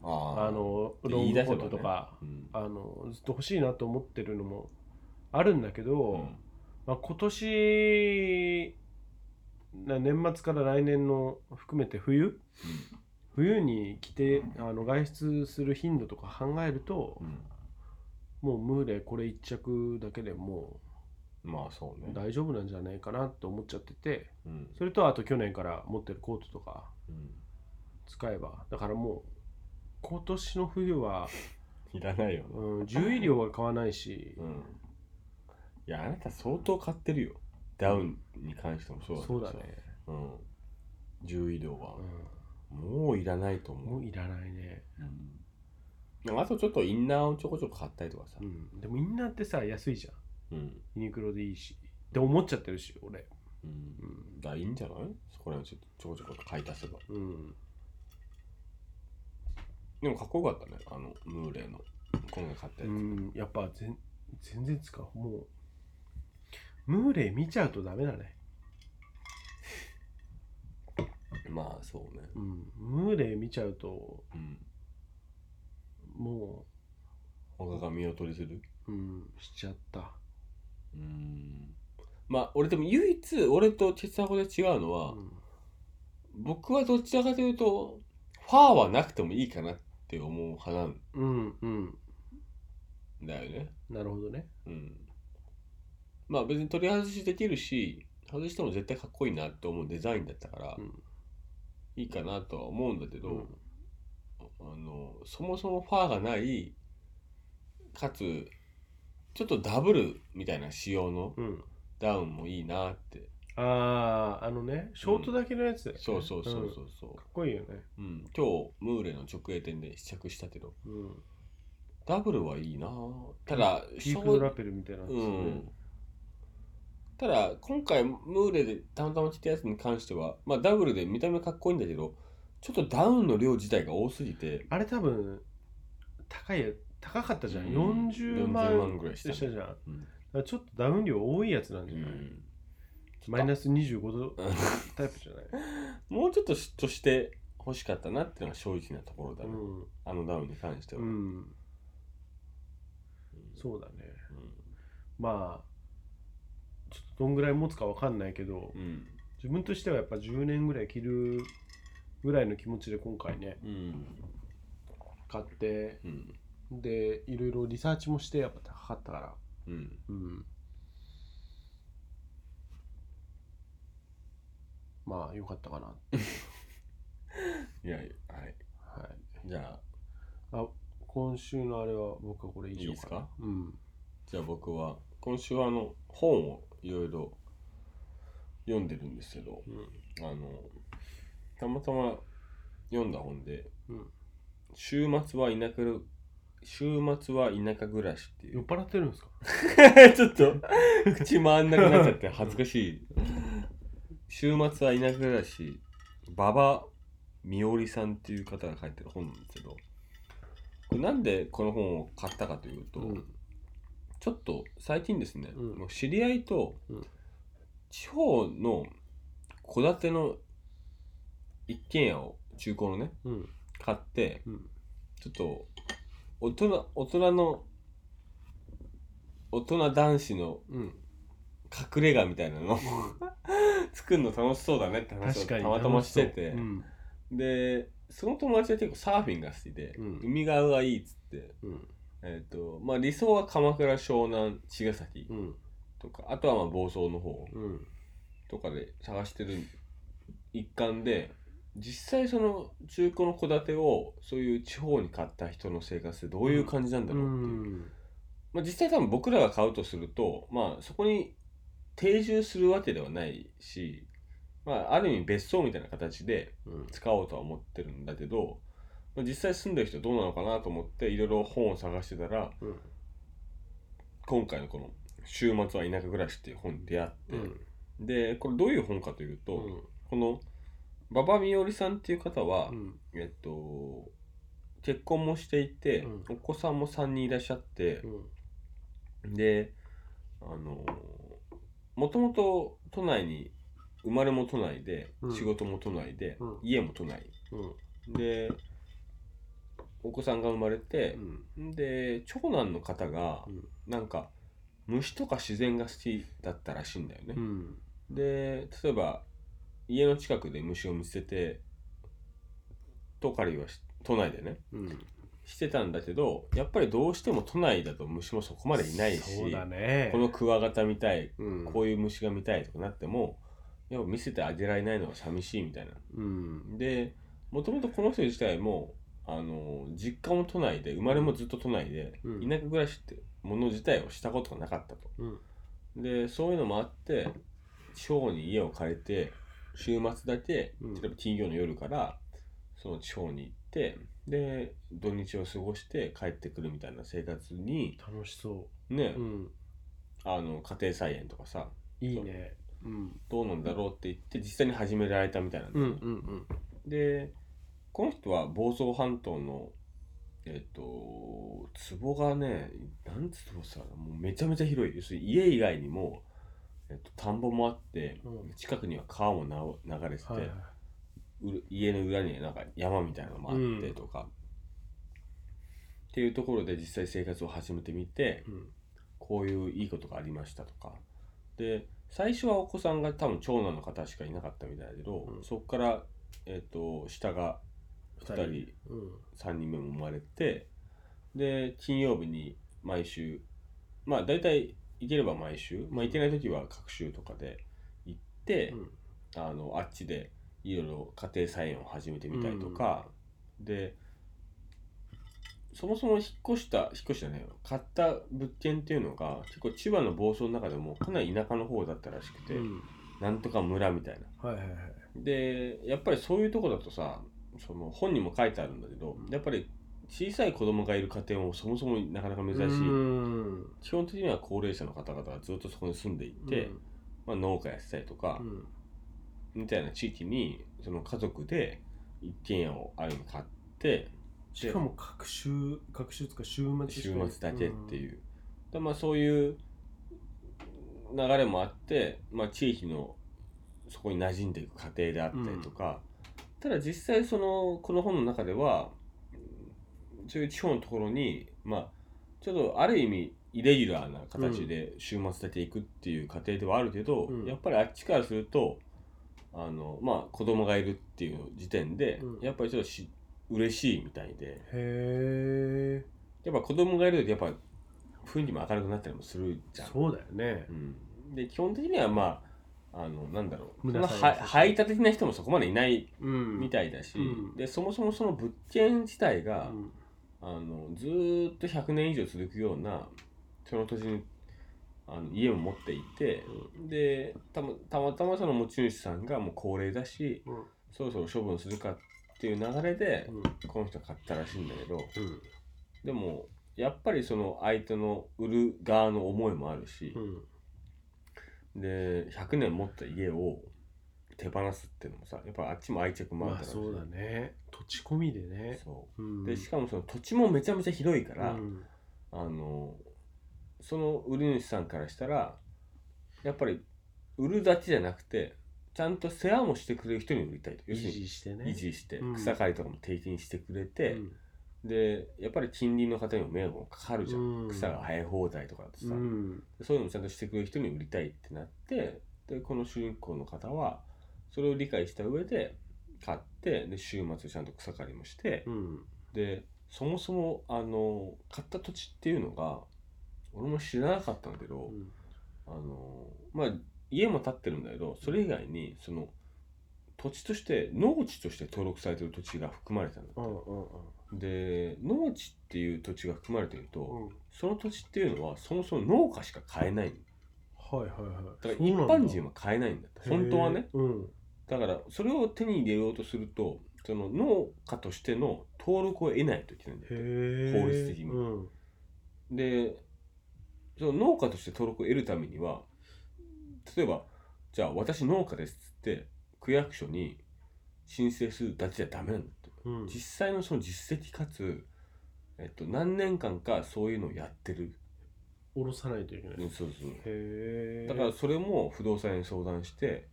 あー
あのロ
言
ン
い
グ
出
コ
せば
ートとか、
うん
あのずっと欲しいなと思ってるのもあるんだけど、
うん
まあ、今年な年末から来年の含めて冬冬に来てあの外出する頻度とか考えると
うん
もうムーレこれ1着だけでも
まあそう
う
ね
大丈夫なんじゃないかなと思っちゃってて
うん
それとあと去年から持ってるコートとか
うん
使えばだからもう今年の冬は、
いらないよね
うん、獣医療は買わないし
うんいやあなた相当買ってるよダウンに関してもそうだけ
そ
ど
うだ
さ
ね、
うん重移動は
う
もういらないと
ん、も
思う
ういらないね、
うんあとちょっとインナーをちょこちょこ買ったりとかさ
うん、でもインナーってさ安いじゃ
う
ん
ん
ユニクロでいいしって思っちゃってるし俺
うん
うん、
だからいいんじゃないそこら辺をちょっとちょこちょこ買い足せば
うん、
でもかっこよかったねあのムーレの今回買ったやつ
うんやっぱ全全然使うもうムーレ見ちゃうとダメだね、
まあそうね
うん、ムーレ見ちゃうと
うん
も
他が見劣りする
う、うん、しちゃった
うんまあ俺でも唯一俺と鉄箱で違うのは、
うん
僕はどちらかというとファーはなくてもいいかなって思う派なん
うんうん
だよね
なるほどね
うんまあ別に取り外しできるし外しても絶対かっこいいなって思うデザインだったから、
うん
いいかなとは思うんだけど、
うん
あのそもそもファーがないかつちょっとダブルみたいな仕様の
うん
ダウンもいいなって、
あああのねショートだけのやつだよね、
そうそうそうんそうそう
かっこいいよね
うん、今日ムーレの直営店で試着したけど
うん
ダブルはいいなただ
ピー
正
クドラペルみたいなやつ、
う
ね
ん、ただ今回ムーレでたまたま着たやつに関しては、まあ、ダブルで見た目かっこいいんだけどちょっとダウンの量自体が多すぎて
あれ多分高い高かったじゃん、
うん
40万
40万ぐらいしたね
じゃんだか
うん、
らちょっとダウン量多いやつなんじゃない、マイナス25度
うん
タイプじゃない、
もうちょっと嫉妬して欲しかったなっていうのが正直なところだ
う
ね、
ん
あのダウンに関しては、
う
うん
ん、そうだねまあちょっとどんぐらい持つかわかんないけど
うん
自分としてはやっぱ10年ぐらい着るぐらいの気持ちで今回ね
うん
買って
うん
でいろいろリサーチもしてやっぱ高かったから
うん
うんまあ良かったかな、
いやはい
はい、
じゃあ
今週のあれは僕はこれ以
いい
上
ですか
うん
じゃあ僕は今週はあの本をいろいろ読んでるんですけど
うん
あのたまたま読んだ本で
うん
「週末は田舎る週末は田舎暮らし」ってい
酔っ
う
払ってるんですか
ちょっと口回んなくなっちゃって恥ずかしい「週末は田舎暮らし」馬場みおりさんっていう方が書いてる本なんですけどこれなんでこの本を買ったかというと、
うん
ちょっと最近ですね、
うん
もう知り合いと
うん
地方の戸建ての一軒家を中古のね
うん
買って
うん
ちょっと大人大人の大人男子の
うん
隠れ家みたいなのを作 作るの楽しそうだねって話を
確か
た
に
またましてて、
楽しそううん
でその友達は結構サーフィンが好きで、
うん
海側がいいっつって、
うん
えーとまあ、理想は鎌倉湘南茅ヶ崎
うん
とかあとはまあ房総の方
うん
とかで探してる一環で実際その中古の戸建てをそういう地方に買った人の生活ってどういう感じなんだ
う
ろうっていう、
ん
まあ、実際多分僕らが買うとすると、まあ、そこに定住するわけではないし、まあ、ある意味別荘みたいな形で
うん
使おうとは思ってるんだけどまあ実際住んでる人どうなのかなと思っていろいろ本を探してたら
うん
今回のこの「週末は田舎暮らし」っていう本に出会って、
うん
でこれどういう本かというと、この馬場美織さんっていう方は、
うん
えっと結婚もしていて、
うん
お子さんも3人いらっしゃって
う、ん
であのもともと都内に生まれも都内で、
うん
仕事も都内で、
うん
家も都内
うん
でお子さんが生まれて、で長男の方が
うん
なんか虫とか自然が好きだったらしいんだよね、
うん
で例えば家の近くで虫を見捨ててトカリはし都内でね
うん
してたんだけどやっぱりどうしても都内だと虫もそこまでいないし、
そうだね
このクワガタ見たい
うん
こういう虫が見たいとかなってもやっぱ見せてあげられないのが寂しいみたいな
うん
でもともとこの人自体もあの実家も都内で生まれもずっと都内で、
うん
田舎暮らしってもの自体をしたことがなかったと
うん
でそういうのもあって地方に家を借りて週末だけ
うん
例えば金曜の夜からその地方に行ってで土日を過ごして帰ってくるみたいな生活に
楽しそ
ね、
ううん
あの家庭菜園とかさ
いいねうん
どうなんだろうって言って実際に始められたみたいなんだ
う
よ
ん
ね
うん
でこの人は房総半島のえっ、と壺がね何壺さもうめちゃめちゃ広い要するに家以外にも、えっと田んぼもあって、
うん
近くには川もなお流れてて、
はいう
る家の裏になんか山みたいなのもあってとか、っていうところで実際生活を始めてみて
うん
こういういいことがありましたとかで最初はお子さんが多分長男の方しかいなかったみたいだけど、
うん
そこから、えっと下が2人
うん
3人目も生まれてで金曜日に毎週まあ大体行ければ毎週、まあ、行けない時は各週とかで行って、
うん
あのあっちでいろいろ家庭菜園を始めてみたりとか、でそもそも引っ越した引っ越したね買った物件っていうのが結構千葉の房総の中でもかなり田舎の方だったらしくて、
うん
なんとか村みたいな。
はいはいはい
でやっぱりそういうとこだとさその本にも書いてあるんだけどやっぱり小さい子供がいる家庭もそもそもなかなか珍しい、
うん
基本的には高齢者の方々がずっとそこに住んでいて、
うん
まあ、農家やってたりとか、
うん
みたいな地域にその家族で一軒家をある意味買って
しかも各週各週とか週末し
週
かない
末だけっていう、でまあ、そういう流れもあって、まあ、地域のそこに馴染んでいく過程であったりとか、ただ実際そのこの本の中ではうんそういう地方のところにまあちょっとある意味イレギュラーな形で週末だけ行くっていう過程ではあるけど、
うん
やっぱりあっちからするとあのまあ子供がいるっていう時点で、
うん
やっぱりちょっとし嬉しいみたいで。
へえ
やっぱ子供がいるとやっぱ雰囲気も明るくなったりもするじゃん。
そうだよね
うん、で基本的にはまああのなんだろうそん
皆
な
さん
は
優しい
排他的な人もそこまでいない
うん
みたいだし、
うん
でそもそもその物件自体
う
が、
ん
あのずーっと100年以上続くようなその土地にあの家を持っていて、でたまたまたまその持ち主さんがもう高齢だし
うん
そろそろ処分するかっていう流れで
うん
この人買ったらしいんだけど。
うん
でもやっぱりその相手の売る側の思いもあるし
う、ん
で100年持った家を手放すっていうのもさやっぱあっちも愛着もある
ま
だ
あ
ろうし
そうだね土地込みでね
そ
うん
うでしかもその土地もめちゃめちゃ広いから、
うん
あのその売り主さんからしたらやっぱり売るだけじゃなくてちゃんと世話もしてくれる人に売りたいと
維
要するに
持してね
維持して
うん
草刈りとかも定期にしてくれて、
うん
でやっぱり近隣の方にも迷惑もかかるじゃん、
うん
草が生え放題とかだとさ、
うん
そういうのもちゃんとしてくれる人に売りたいってなってででこの主人公の方はそれを理解した上で買ってで週末ちゃんと草刈りもして、
うん
でそもそもあの買った土地っていうのが俺も知らなかったんだけど、
うん
あのまあ家も建ってるんだけどそれ以外にその土地として農地として登録されてる土地が含まれてたんだって
うんうん
で農地っていう土地が含まれてると、
うん
その土地っていうのはそもそも農家しか買えないの
はいはいはい
だから一般人
は
は買えないんだって本当はね
うん
だからそれを手に入れようとするとその農家としての登録を得ないといけないんだよ
へえ
法律的に
うん
でその農家として登録を得るためには例えばじゃあ私農家ですっつって区役所に申請するだけじゃダメなんだって
うん
実際のその実績かつ、えっと、何年間かそういうのをやってる、
下ろさないといけない
うん
へ
そうそう
え
だからそれも不動産屋に相談して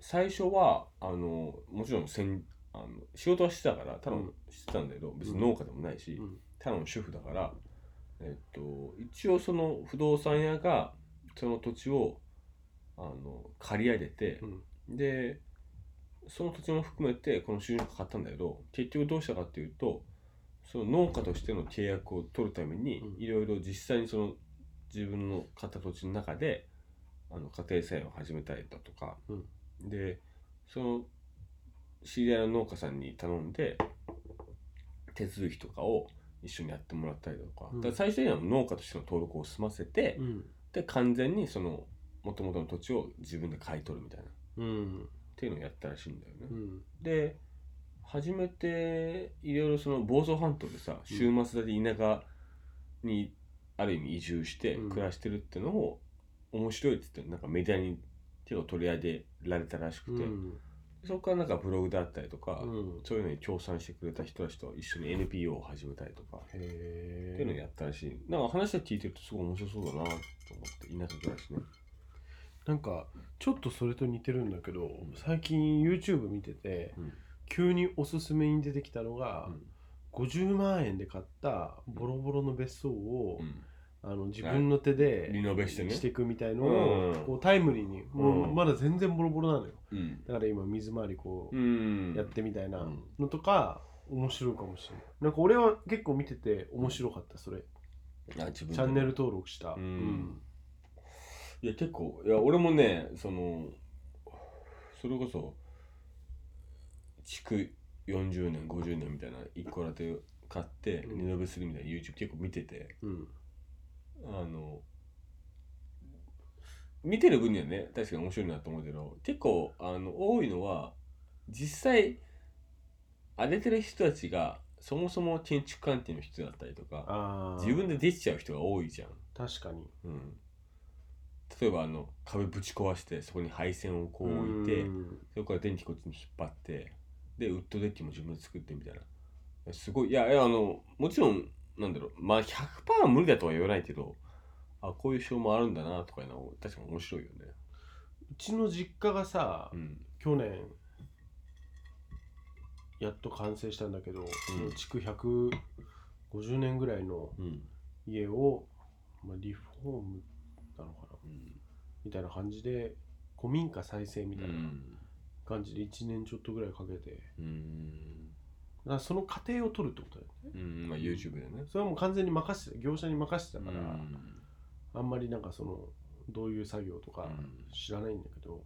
最初はあのもちろんせんあの仕事はしてたからただ
うん
してたんだけど別に農家でもないし、
うん
ただの主婦だから、えっと、一応その不動産屋がその土地をあの借り上げて
う、ん
でその土地も含めてこの収入がかかったんだけど結局どうしたかっていうとその農家としての契約を取るために
うん
いろいろ実際にその自分の買った土地の中であの家庭菜園を始めたりだとか、
うん
でその知り合いの農家さんに頼んで手続きとかを一緒にやってもらったりだとか,、
うん
だから最終的には農家としての登録を済ませて、
うん
で完全にその元々の土地を自分で買い取るみたいな。
うん
っていうのをやったらしいんだよね、
うん
で初めていろいろその房総半島でさ週末だけ田舎にある意味移住して
うん
暮らしてるってのを面白いって言ってなんかメディアに手を取り上げられたらしくて、
うん
そこからなんかブログであったりとか、
うん
そういうのに協賛してくれた人たちと一緒に NPO を始めたりとか、
へえ
っていうのをやったらしいなんか話を聞いてるとすごい面白そうだなと思って田舎暮らしね
なんかちょっとそれと似てるんだけど、最近 YouTube 見てて急におすすめに出てきたのが、50万円で買ったボロボロの別荘を、
うん
あの自分の手で
リノベしてね
していくみたいの
う
を、
ん
こうタイムリーに、もううんまだ全然ボロボロなのよ
うん
だから今水回りこ
うん
うやってみたいな
うん
のとか、面白いかもしれないなんか俺は結構見てて面白かったそれ、
あ自分で
チャンネル登録した、
うんいや結構いや俺もねそのそれこそ築40年50年みたいな一戸建て買って
うん
リノベするみたいな YouTube 結構見てて
うん
あの見てる分にはね確かに面白いなと思うけど結構あの多いのは実際荒れてる人たちがそもそも建築関係の人だったりとか
ああ
自分でできちゃう人が多いじゃん。
確かに
うん、例えばあの壁ぶち壊してそこに配線をこう置いて、
うん
そこから電気こっちに引っ張ってでウッドデッキも自分で作ってみたいなすごいいやいやあのもちろんなんだろうまあ100%は無理だとは言わないけどあこういう手法もあるんだなとかいうのは確かに面白いよね。
うちの実家がさ、
うん
去年やっと完成したんだけど、その築150年ぐらいの
うん
家を、まあ、リフォームなのかな
うん
みたいな感じで古民家再生み
う
たいなん感じで1年ちょっとぐらいかけてだか
うん
らその過程を取るってことだよね
うんまあ YouTube でね。
それはもう完全に任せて業者に任せてたから、
うん
あんまりなんかそのどういう作業とか
うん
知らないんだけど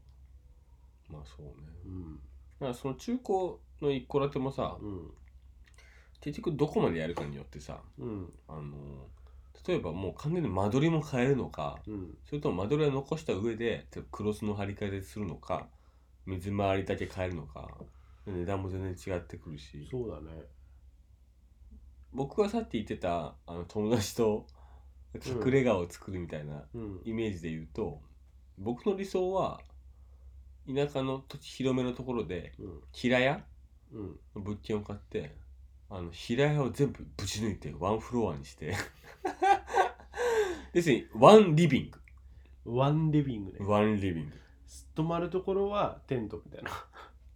まあそうね。
うん
だからその中古の一戸建てもさ
うん
結局どこまでやるかによってさ、
うん
あの例えばもう完全に間取りも変えるのか
うん
それとも間取りは残した上で例えばクロスの張り替えするのか水回りだけ変えるのか値段も全然違ってくるし
そうだね
僕がさっき言ってたあの友達と隠れ家を作るみたいな
うん
イメージで言うと、僕の理想は田舎の土地広めのところで
うん
平屋
うん
の物件を買ってあの平屋を全部ぶち抜いてワンフロアにして 要するにワンリビング
ワンリビングね
ワンリビング
泊まるところはテントみたいな。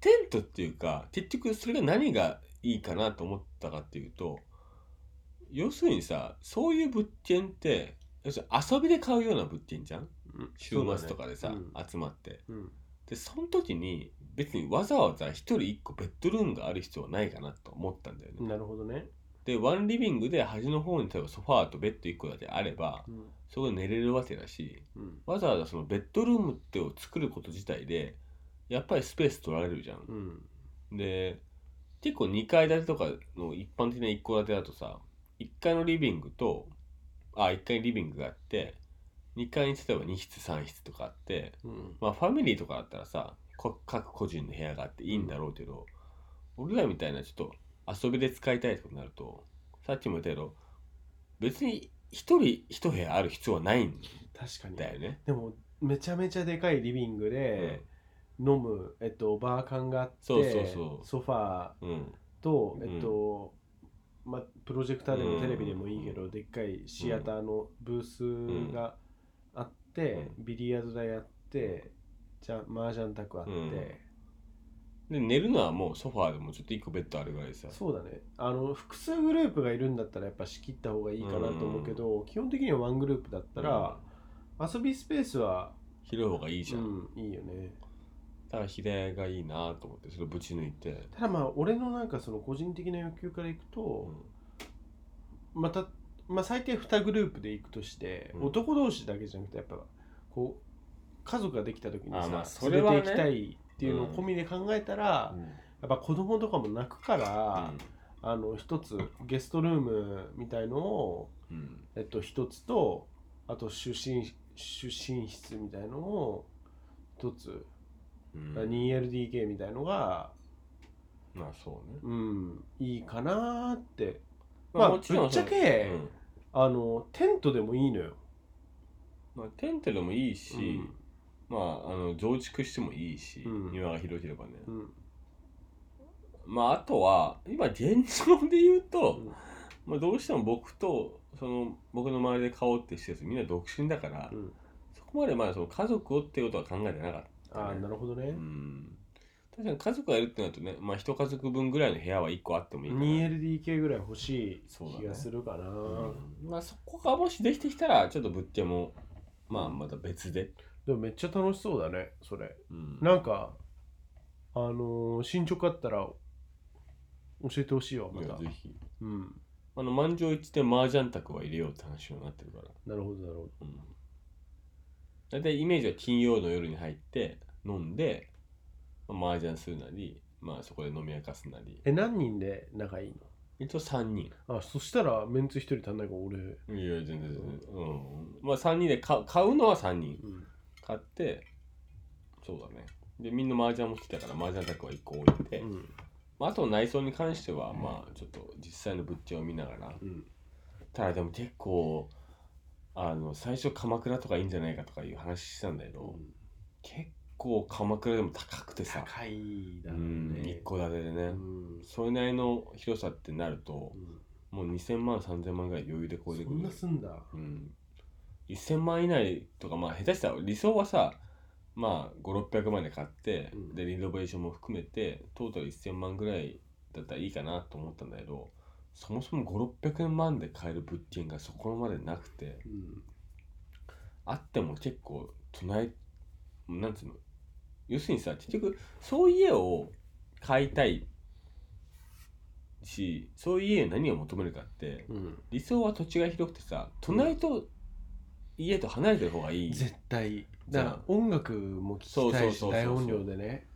テントっていうか結局それが何がいいかなと思ったかっていうと要するにさそういう物件って要するに遊びで買うような物件じゃん
ううん
週末とかでさ、
そうだね
集まって
うん
でその時に別にわざわざ一人一個ベッドルームがある必要はないかなと思ったんだよね、
なるほどね、
でワンリビングで端の方に例えばソファーとベッド1個だけあれば
うん
そこで寝れるわけだし
うん
わざわざそのベッドルームってを作ること自体でやっぱりスペース取られるじゃん
う、ん、
で結構2階建てとかの一般的な一戸建てだとさ1階のリビングとあ1階にリビングがあって2階に例えば2室3室とかあって
うん、
まあファミリーとかだったらさこ各個人の部屋があっていいんだろうけど、俺らみたいなちょっと遊びで使いたいとかになるとさっきも言ったけど別に一人一部屋ある必要はないん
確かに
だよね。
でもめちゃめちゃでかいリビングで飲む、えっと、バーカンがあって
そうそうそう
ソファー
うん、うんう
と、
ん
えっとまあ、プロジェクターで
う
も
ん
テレビでもいいけど、でっかいシアターのブースがあって、ビリヤード台あってじゃ麻雀卓あって、
うんで寝るのはもうソファーでもちょっと1個ベッドあるぐらいでさ
そうだねあの複数グループがいるんだったらやっぱ仕切った方がいいかなと思うけど、基本的にはワングループだったら、遊びスペースは、
広い方がいいじ
う
ゃん、
ん、いいよね
だから左がいいなと思ってそれぶち抜いて、
ただまあ俺のなんかその個人的な欲求からいく
う
と、
ん
また、まあ、最低2グループで行くとして、
うん
男同士だけじゃなくてやっぱこう家族ができた時に
あ
さ、
まあそれはね
連れて行きたいっていうのを込みで考えたら、
うん
やっぱ子供とかも泣くから、あの一つゲストルームみたいのを、
うん
えっと、一つとあと主寝主寝室みたいのを一つ、
うん
だから 2LDK みたいのが、
まあそうね、
うん、いいかなーって
ま
ま
あ
あ
もちろん
ぶっちゃけ
うん
あのテントでもいいのよ。
まあ、テントでもいいし、
う
ま
ん
ああの増築してもいいし、
うん
庭が広ければね、
うん
まああとは今現状で言うと、
うん
まあ、どうしても僕とその僕の周りで買おうって施設みんな独身だから、
うん
そこまでまだその家族をっていうことは考えてなかった、
ああなるほどね
う。ん確かに家族がいるってなるとねまあ一家族分ぐらいの部屋は1個あってもいいかな
2LDK ぐらい欲しい
そうだね
気がするかな。
うんまあそこがもしできてきたらちょっと物件もまあまた別で、
でもめっちゃ楽しそうだね、それ。
うん
なんか、あのー進捗あったら教えてほしいわ、ま
いや
た。
ぜひ
うん。
あの満場一致で麻雀卓は入れようって話になってるから
なるほど、なるほど。
うん大体イメージは金曜の夜に入って飲んで、まあ、麻雀するなり、まあ、そこで飲み明かすなり
え、何人で仲いい
一応3人
のあ、そしたらメンツ一人足んないから俺。う
いや全然全然うんまあ3人で買う買うのは3人
ん。
買ってそうだねでみんな麻雀も来たから麻雀卓は1個置いて、
うん。
まあ、あとの内装に関してはまあちょっと実際の物件を見ながら
うん、
ただでも結構あの最初鎌倉とかいいんじゃないかとかいう話したんだけど、結構鎌倉でも高くてさ
高いだ
う
ろうね
ん。一戸建てでね、
うん。
それなりの広さってなるともう2000万3000万ぐらい余裕で
う
超
ん、
えて
そ
くる
んなすんだ。
うん、1000万以内とかまあ下手したら理想はさまあ5600万で買って、
うん
でリノベーションも含めてトータル1000万ぐらいだったらいいかなと思ったんだけどそもそも5600万で買える物件がそこまでなくて
うん。
あっても結構隣なんつうの要するにさ結局そういう家を買いたいしそういう家に何を求めるかって
うん。
理想は土地が広くてさ隣と家と離れてる方がいい、
絶対
じゃ
だ
あ
から音楽も聴きたいし
そうそうそうそう
大音量でね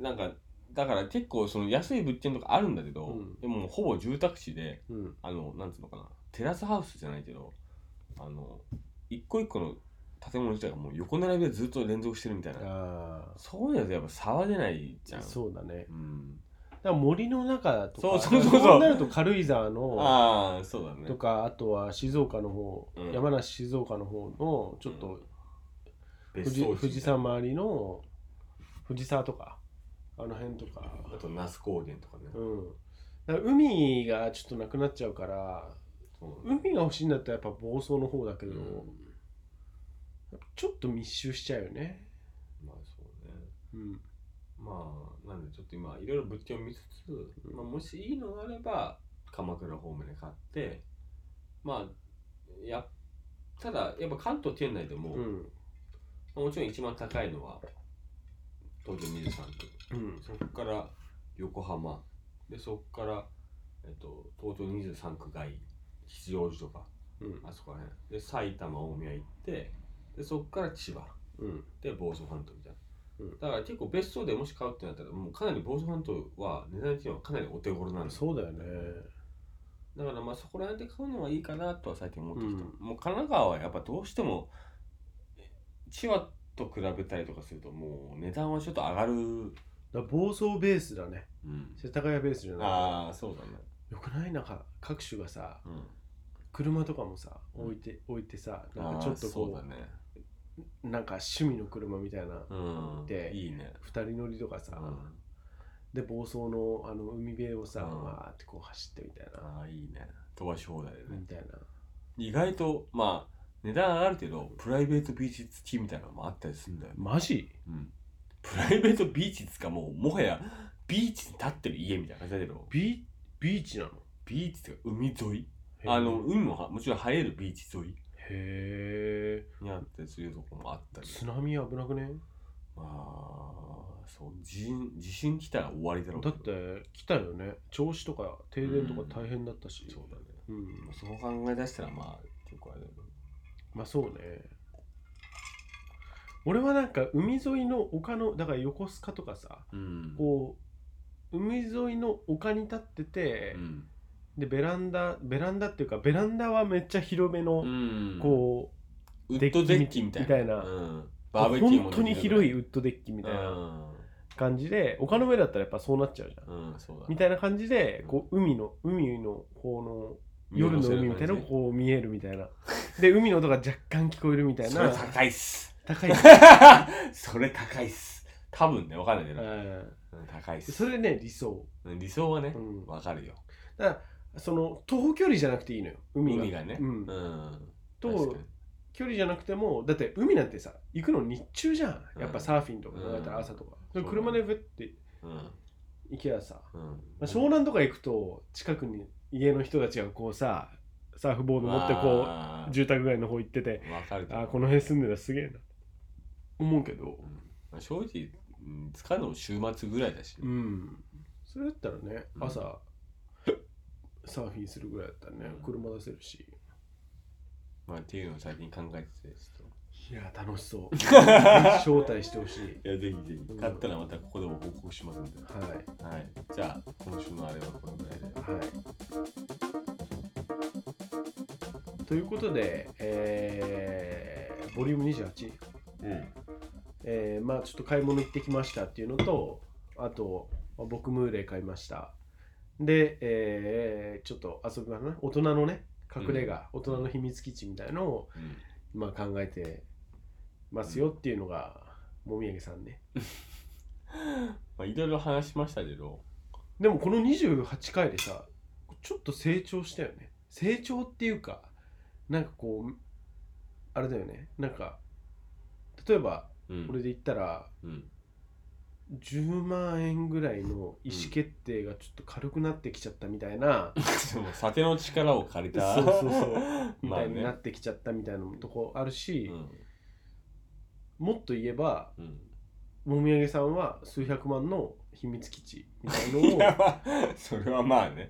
なんかだから結構その安い物件とかあるんだけど、
うん
でももうほぼ住宅地で
うん
あのなんつうのかなテラスハウスじゃないけどあの一個一個の建物自体がもう横並びでずっと連続してるみたいな
あ
そういうのだとやっぱ騒げないじゃ
あ
ん
そうだね
うん、
だから森の中とか
そうそうそうそう
なると軽井沢の
ああそうだね
とかあとは静岡の方、
うん
山梨静岡の方のちょっと
別
富士,、
荘地
富士山周りの藤沢とかあの辺とか
あと那須高原とかね、
うんだから海がちょっとなくなっちゃうから
そうだね
海が欲しいんだったらやっぱ房総の方だけど、
うん
ちょっと密集しちゃうよね
まあそうね
うん
まあなんでちょっと今いろいろ物件を見つつ、
うん
まあ、もしいいのがあれば鎌倉方面で買ってまあやただやっぱ関東圏内でも
うん
もちろん一番高いのは東京23区
うん
そこから横浜でそこから、えっと、東京23区外吉祥寺とか
うん
あそこら辺で埼玉大宮行ってでそこから千葉
うん
で房総半島みたいな、
うん
だから結構別荘でもし買うってなったらもうかなり房総半島は値段的にはかなりお手頃なんです
そうだよね
だからまあそこら辺で買うのはいいかなとは最近思ってきた、
う
もう神奈川はやっぱどうしても千葉と比べたりとかするともう値段はちょっと上がる、うん
だから暴走ベースだね世田谷ベースじゃな
ああそうだね
いよくないなんか各種がさ
うん
車とかもさ
うん
置いて置いてさなん
あ
か
あ
ちょっと
そう
こ
だね
うなんか趣味の車みたいな
うん
で
いいね
二人乗りとか
う
さ
ん
で暴走のあの海辺をさ
うん
わーってこう走ってみたいな
ああいいね飛ばし放題でね、
みたいな
意外とまあ値段上がるけどプライベートビーチ付きみたいなのもあったりするんだよね、
マジ
うん、プライベートビーチっつうかもうもはやビーチに立ってる家みたいな感じだけど
ビビーチなの
ビーチっていうか海沿い
へー
あの海もはもちろん入れるビーチ沿い
へえ
にあったりするとこもあったり
津波危なくね
まあそう地震地震来たら終わりだろうけ
だ
ど
って来たよね銚子とか停電とか大変だったし
そうだね
うん
まあそう考え出したらまあ結構あれだけど
まあそうね俺はなんか海沿いの丘のだから横須賀とかさ
うん
こう海沿いの丘に立ってて、でベランダベランダっていうかベランダはめっちゃ広めの、
うん
こう
ウッドデッキみたいな
みたいな
うん、バーベキューも
本当に広い
み
ウッドデッキみたいな
うん
感じで、丘の上だったらやっぱそうなっちゃうじゃん、
うん、そうだね
みたいな感じでこう海の海の方の夜の海みたいなのがこう見えるみたいなで海の音が若干聞こえるみたい
それ
な
高いっ す
高い、
それ高いっす多分ねわかんないけ
う
ど、
ん
うん高いっす
それね理想、
うん理想はね
うん
わかるよ
その徒歩距離じゃなくていいのよ海が
海がね
う、
うんん
と
確かに
距離じゃなくてもだって海なんてさ行くの日中じゃんやっぱサーフィンとか
うん
だったら朝とか、
うん
車でぶって
うん
行けばさ、ま
うん
あ、湘南とか行くと近くに家の人たちがこうさサーフボード持ってこ
あ
う
ー
住宅街の方行ってて
わかるけど
あーこの辺住んでたらすげえな思うけど
うんまあ正直うん使うのも週末ぐらいだし、
うんそれだったらね
うん
朝、サーフィンするぐらいだったらね
うん
車出せるし
まあっていうのを最近考えててち ょっ
いや楽しそう 招待してほしい
といやぜひぜ
う
ひ
ん
買ったらまたここでも報告しますんで、
はい
はい、じゃあ今週のあれはこのぐらいで
はいということで、えーボリューム28、
うん
えーまあちょっと買い物行ってきましたっていうのとあとまあ僕ムーレイ買いましたで、えーちょっと遊び場のね大人のね隠れ家、大人の秘密基地みたいのを
うん
まあ考えてますよっていうのが、もみあげさんね
まあ、いろいろ話しましたけど、
でもこの28回でさちょっと成長したよね成長っていうかなんかこうあれだよねなんか例えば
うん
これで言ったら
うん、
10万円ぐらいの意思決定がちょっと軽くなってきちゃったみたいな、
そう酒の力を借りた
そうそうそうみ
ま
た
あ
いに
ね
なってきちゃったみたいなとこある
う
し、
ん
もっと言えば
うん
もみあげさんは数百万の秘密基地みたい
い
の
や
を
まあそれはまあね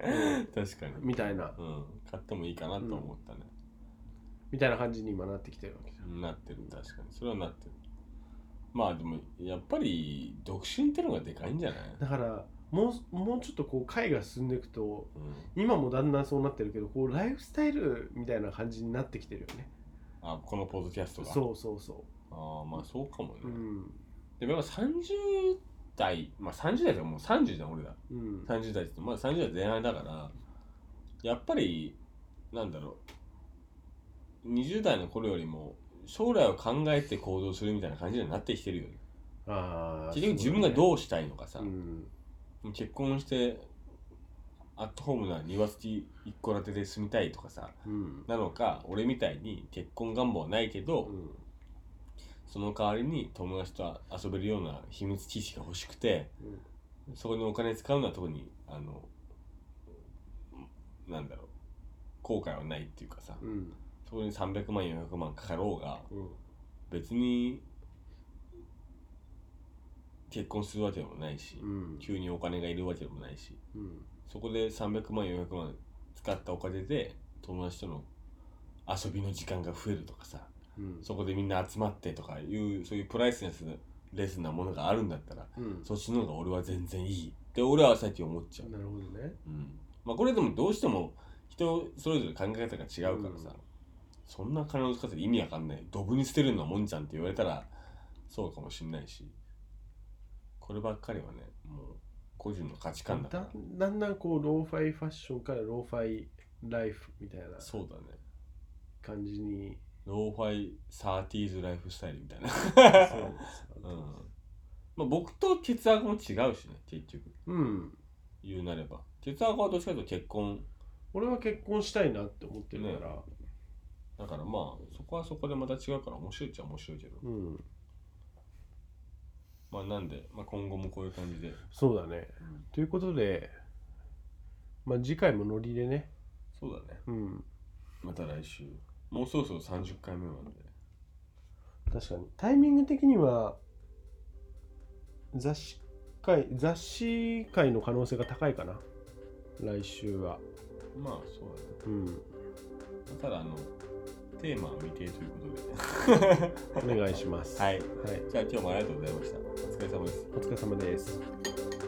うん
確かに、
みたいな
うん、買ってもいいかなと思ったね、
みたいな感じに今なってきてるわけ
なってる確かにそれはなってるまあでもやっぱり独身ってのがでかいんじゃない、
だからもうもうちょっとこう会が進んでいくと
うん、
今もだんだんそうなってるけどこうライフスタイルみたいな感じになってきてるよね
あこのポッドキャストが
そうそうそ
ああまあそうかもね、
ううん
でもやっぱ30代まあ30代ってもう30じゃん俺ら
うん
30代ってまだ30代前半だからやっぱりなんだろう20代の頃よりも将来を考えて行動するみたいな感じになってきてるよね
ああ
結局自分がどうしたいのかさ、
うん
結婚してアットホームな庭付き一戸建てで住みたいとかさ
うん
なのか俺みたいに結婚願望はないけど、
うん
その代わりに友達と遊べるような秘密基地が欲しくて
うん
そこにお金使うのは特にあのなんだろう後悔はないっていうかさ
うん
そこに300万400万かかろうが
うん
別に結婚するわけでもないし、
うん
急にお金がいるわけでもないし
うん
そこで300万400万使ったお金で友達との遊びの時間が増えるとかさ
うん
そこでみんな集まってとかいうそういうプライスレスレスなものがあるんだったら
うん
そっちの方が俺は全然いいって俺は最近思っちゃう、
なるほどね
うんまあ、これでもどうしても人それぞれ考え方が違うからさ、
うん
そんな金の使って意味わかんないドブに捨てるのはもんじゃんって言われたらそうかもしんないしこればっかりはねもう個人の価値観だか
だ
ら
だんだんこうローファイファッションからローファイライフみたいな
そうだね
感じに
ローファイサーティーズライフスタイルみたいな
そう
うんまあ僕と血圧も違うしね結局
うん
言うなれば血圧はどっちかというと結婚
俺は結婚したいなって思ってるから、
だからまあそこはそこでまた違うから面白いっちゃ面白いけど
うん
まあなんで、まあ、今後もこういう感じで
そうだね、
うん
ということでまあ次回もノリでね
そうだね
うん
また来週もうそろそろ30回目なんで
確かにタイミング的には雑誌会雑誌会の可能性が高いかな来週は
まあそうだね
うん
ただあのテーマは未定ということで
お願いします
はい
はい、
じゃあ今日もありがとうございましたお疲れ様です
お疲れ様です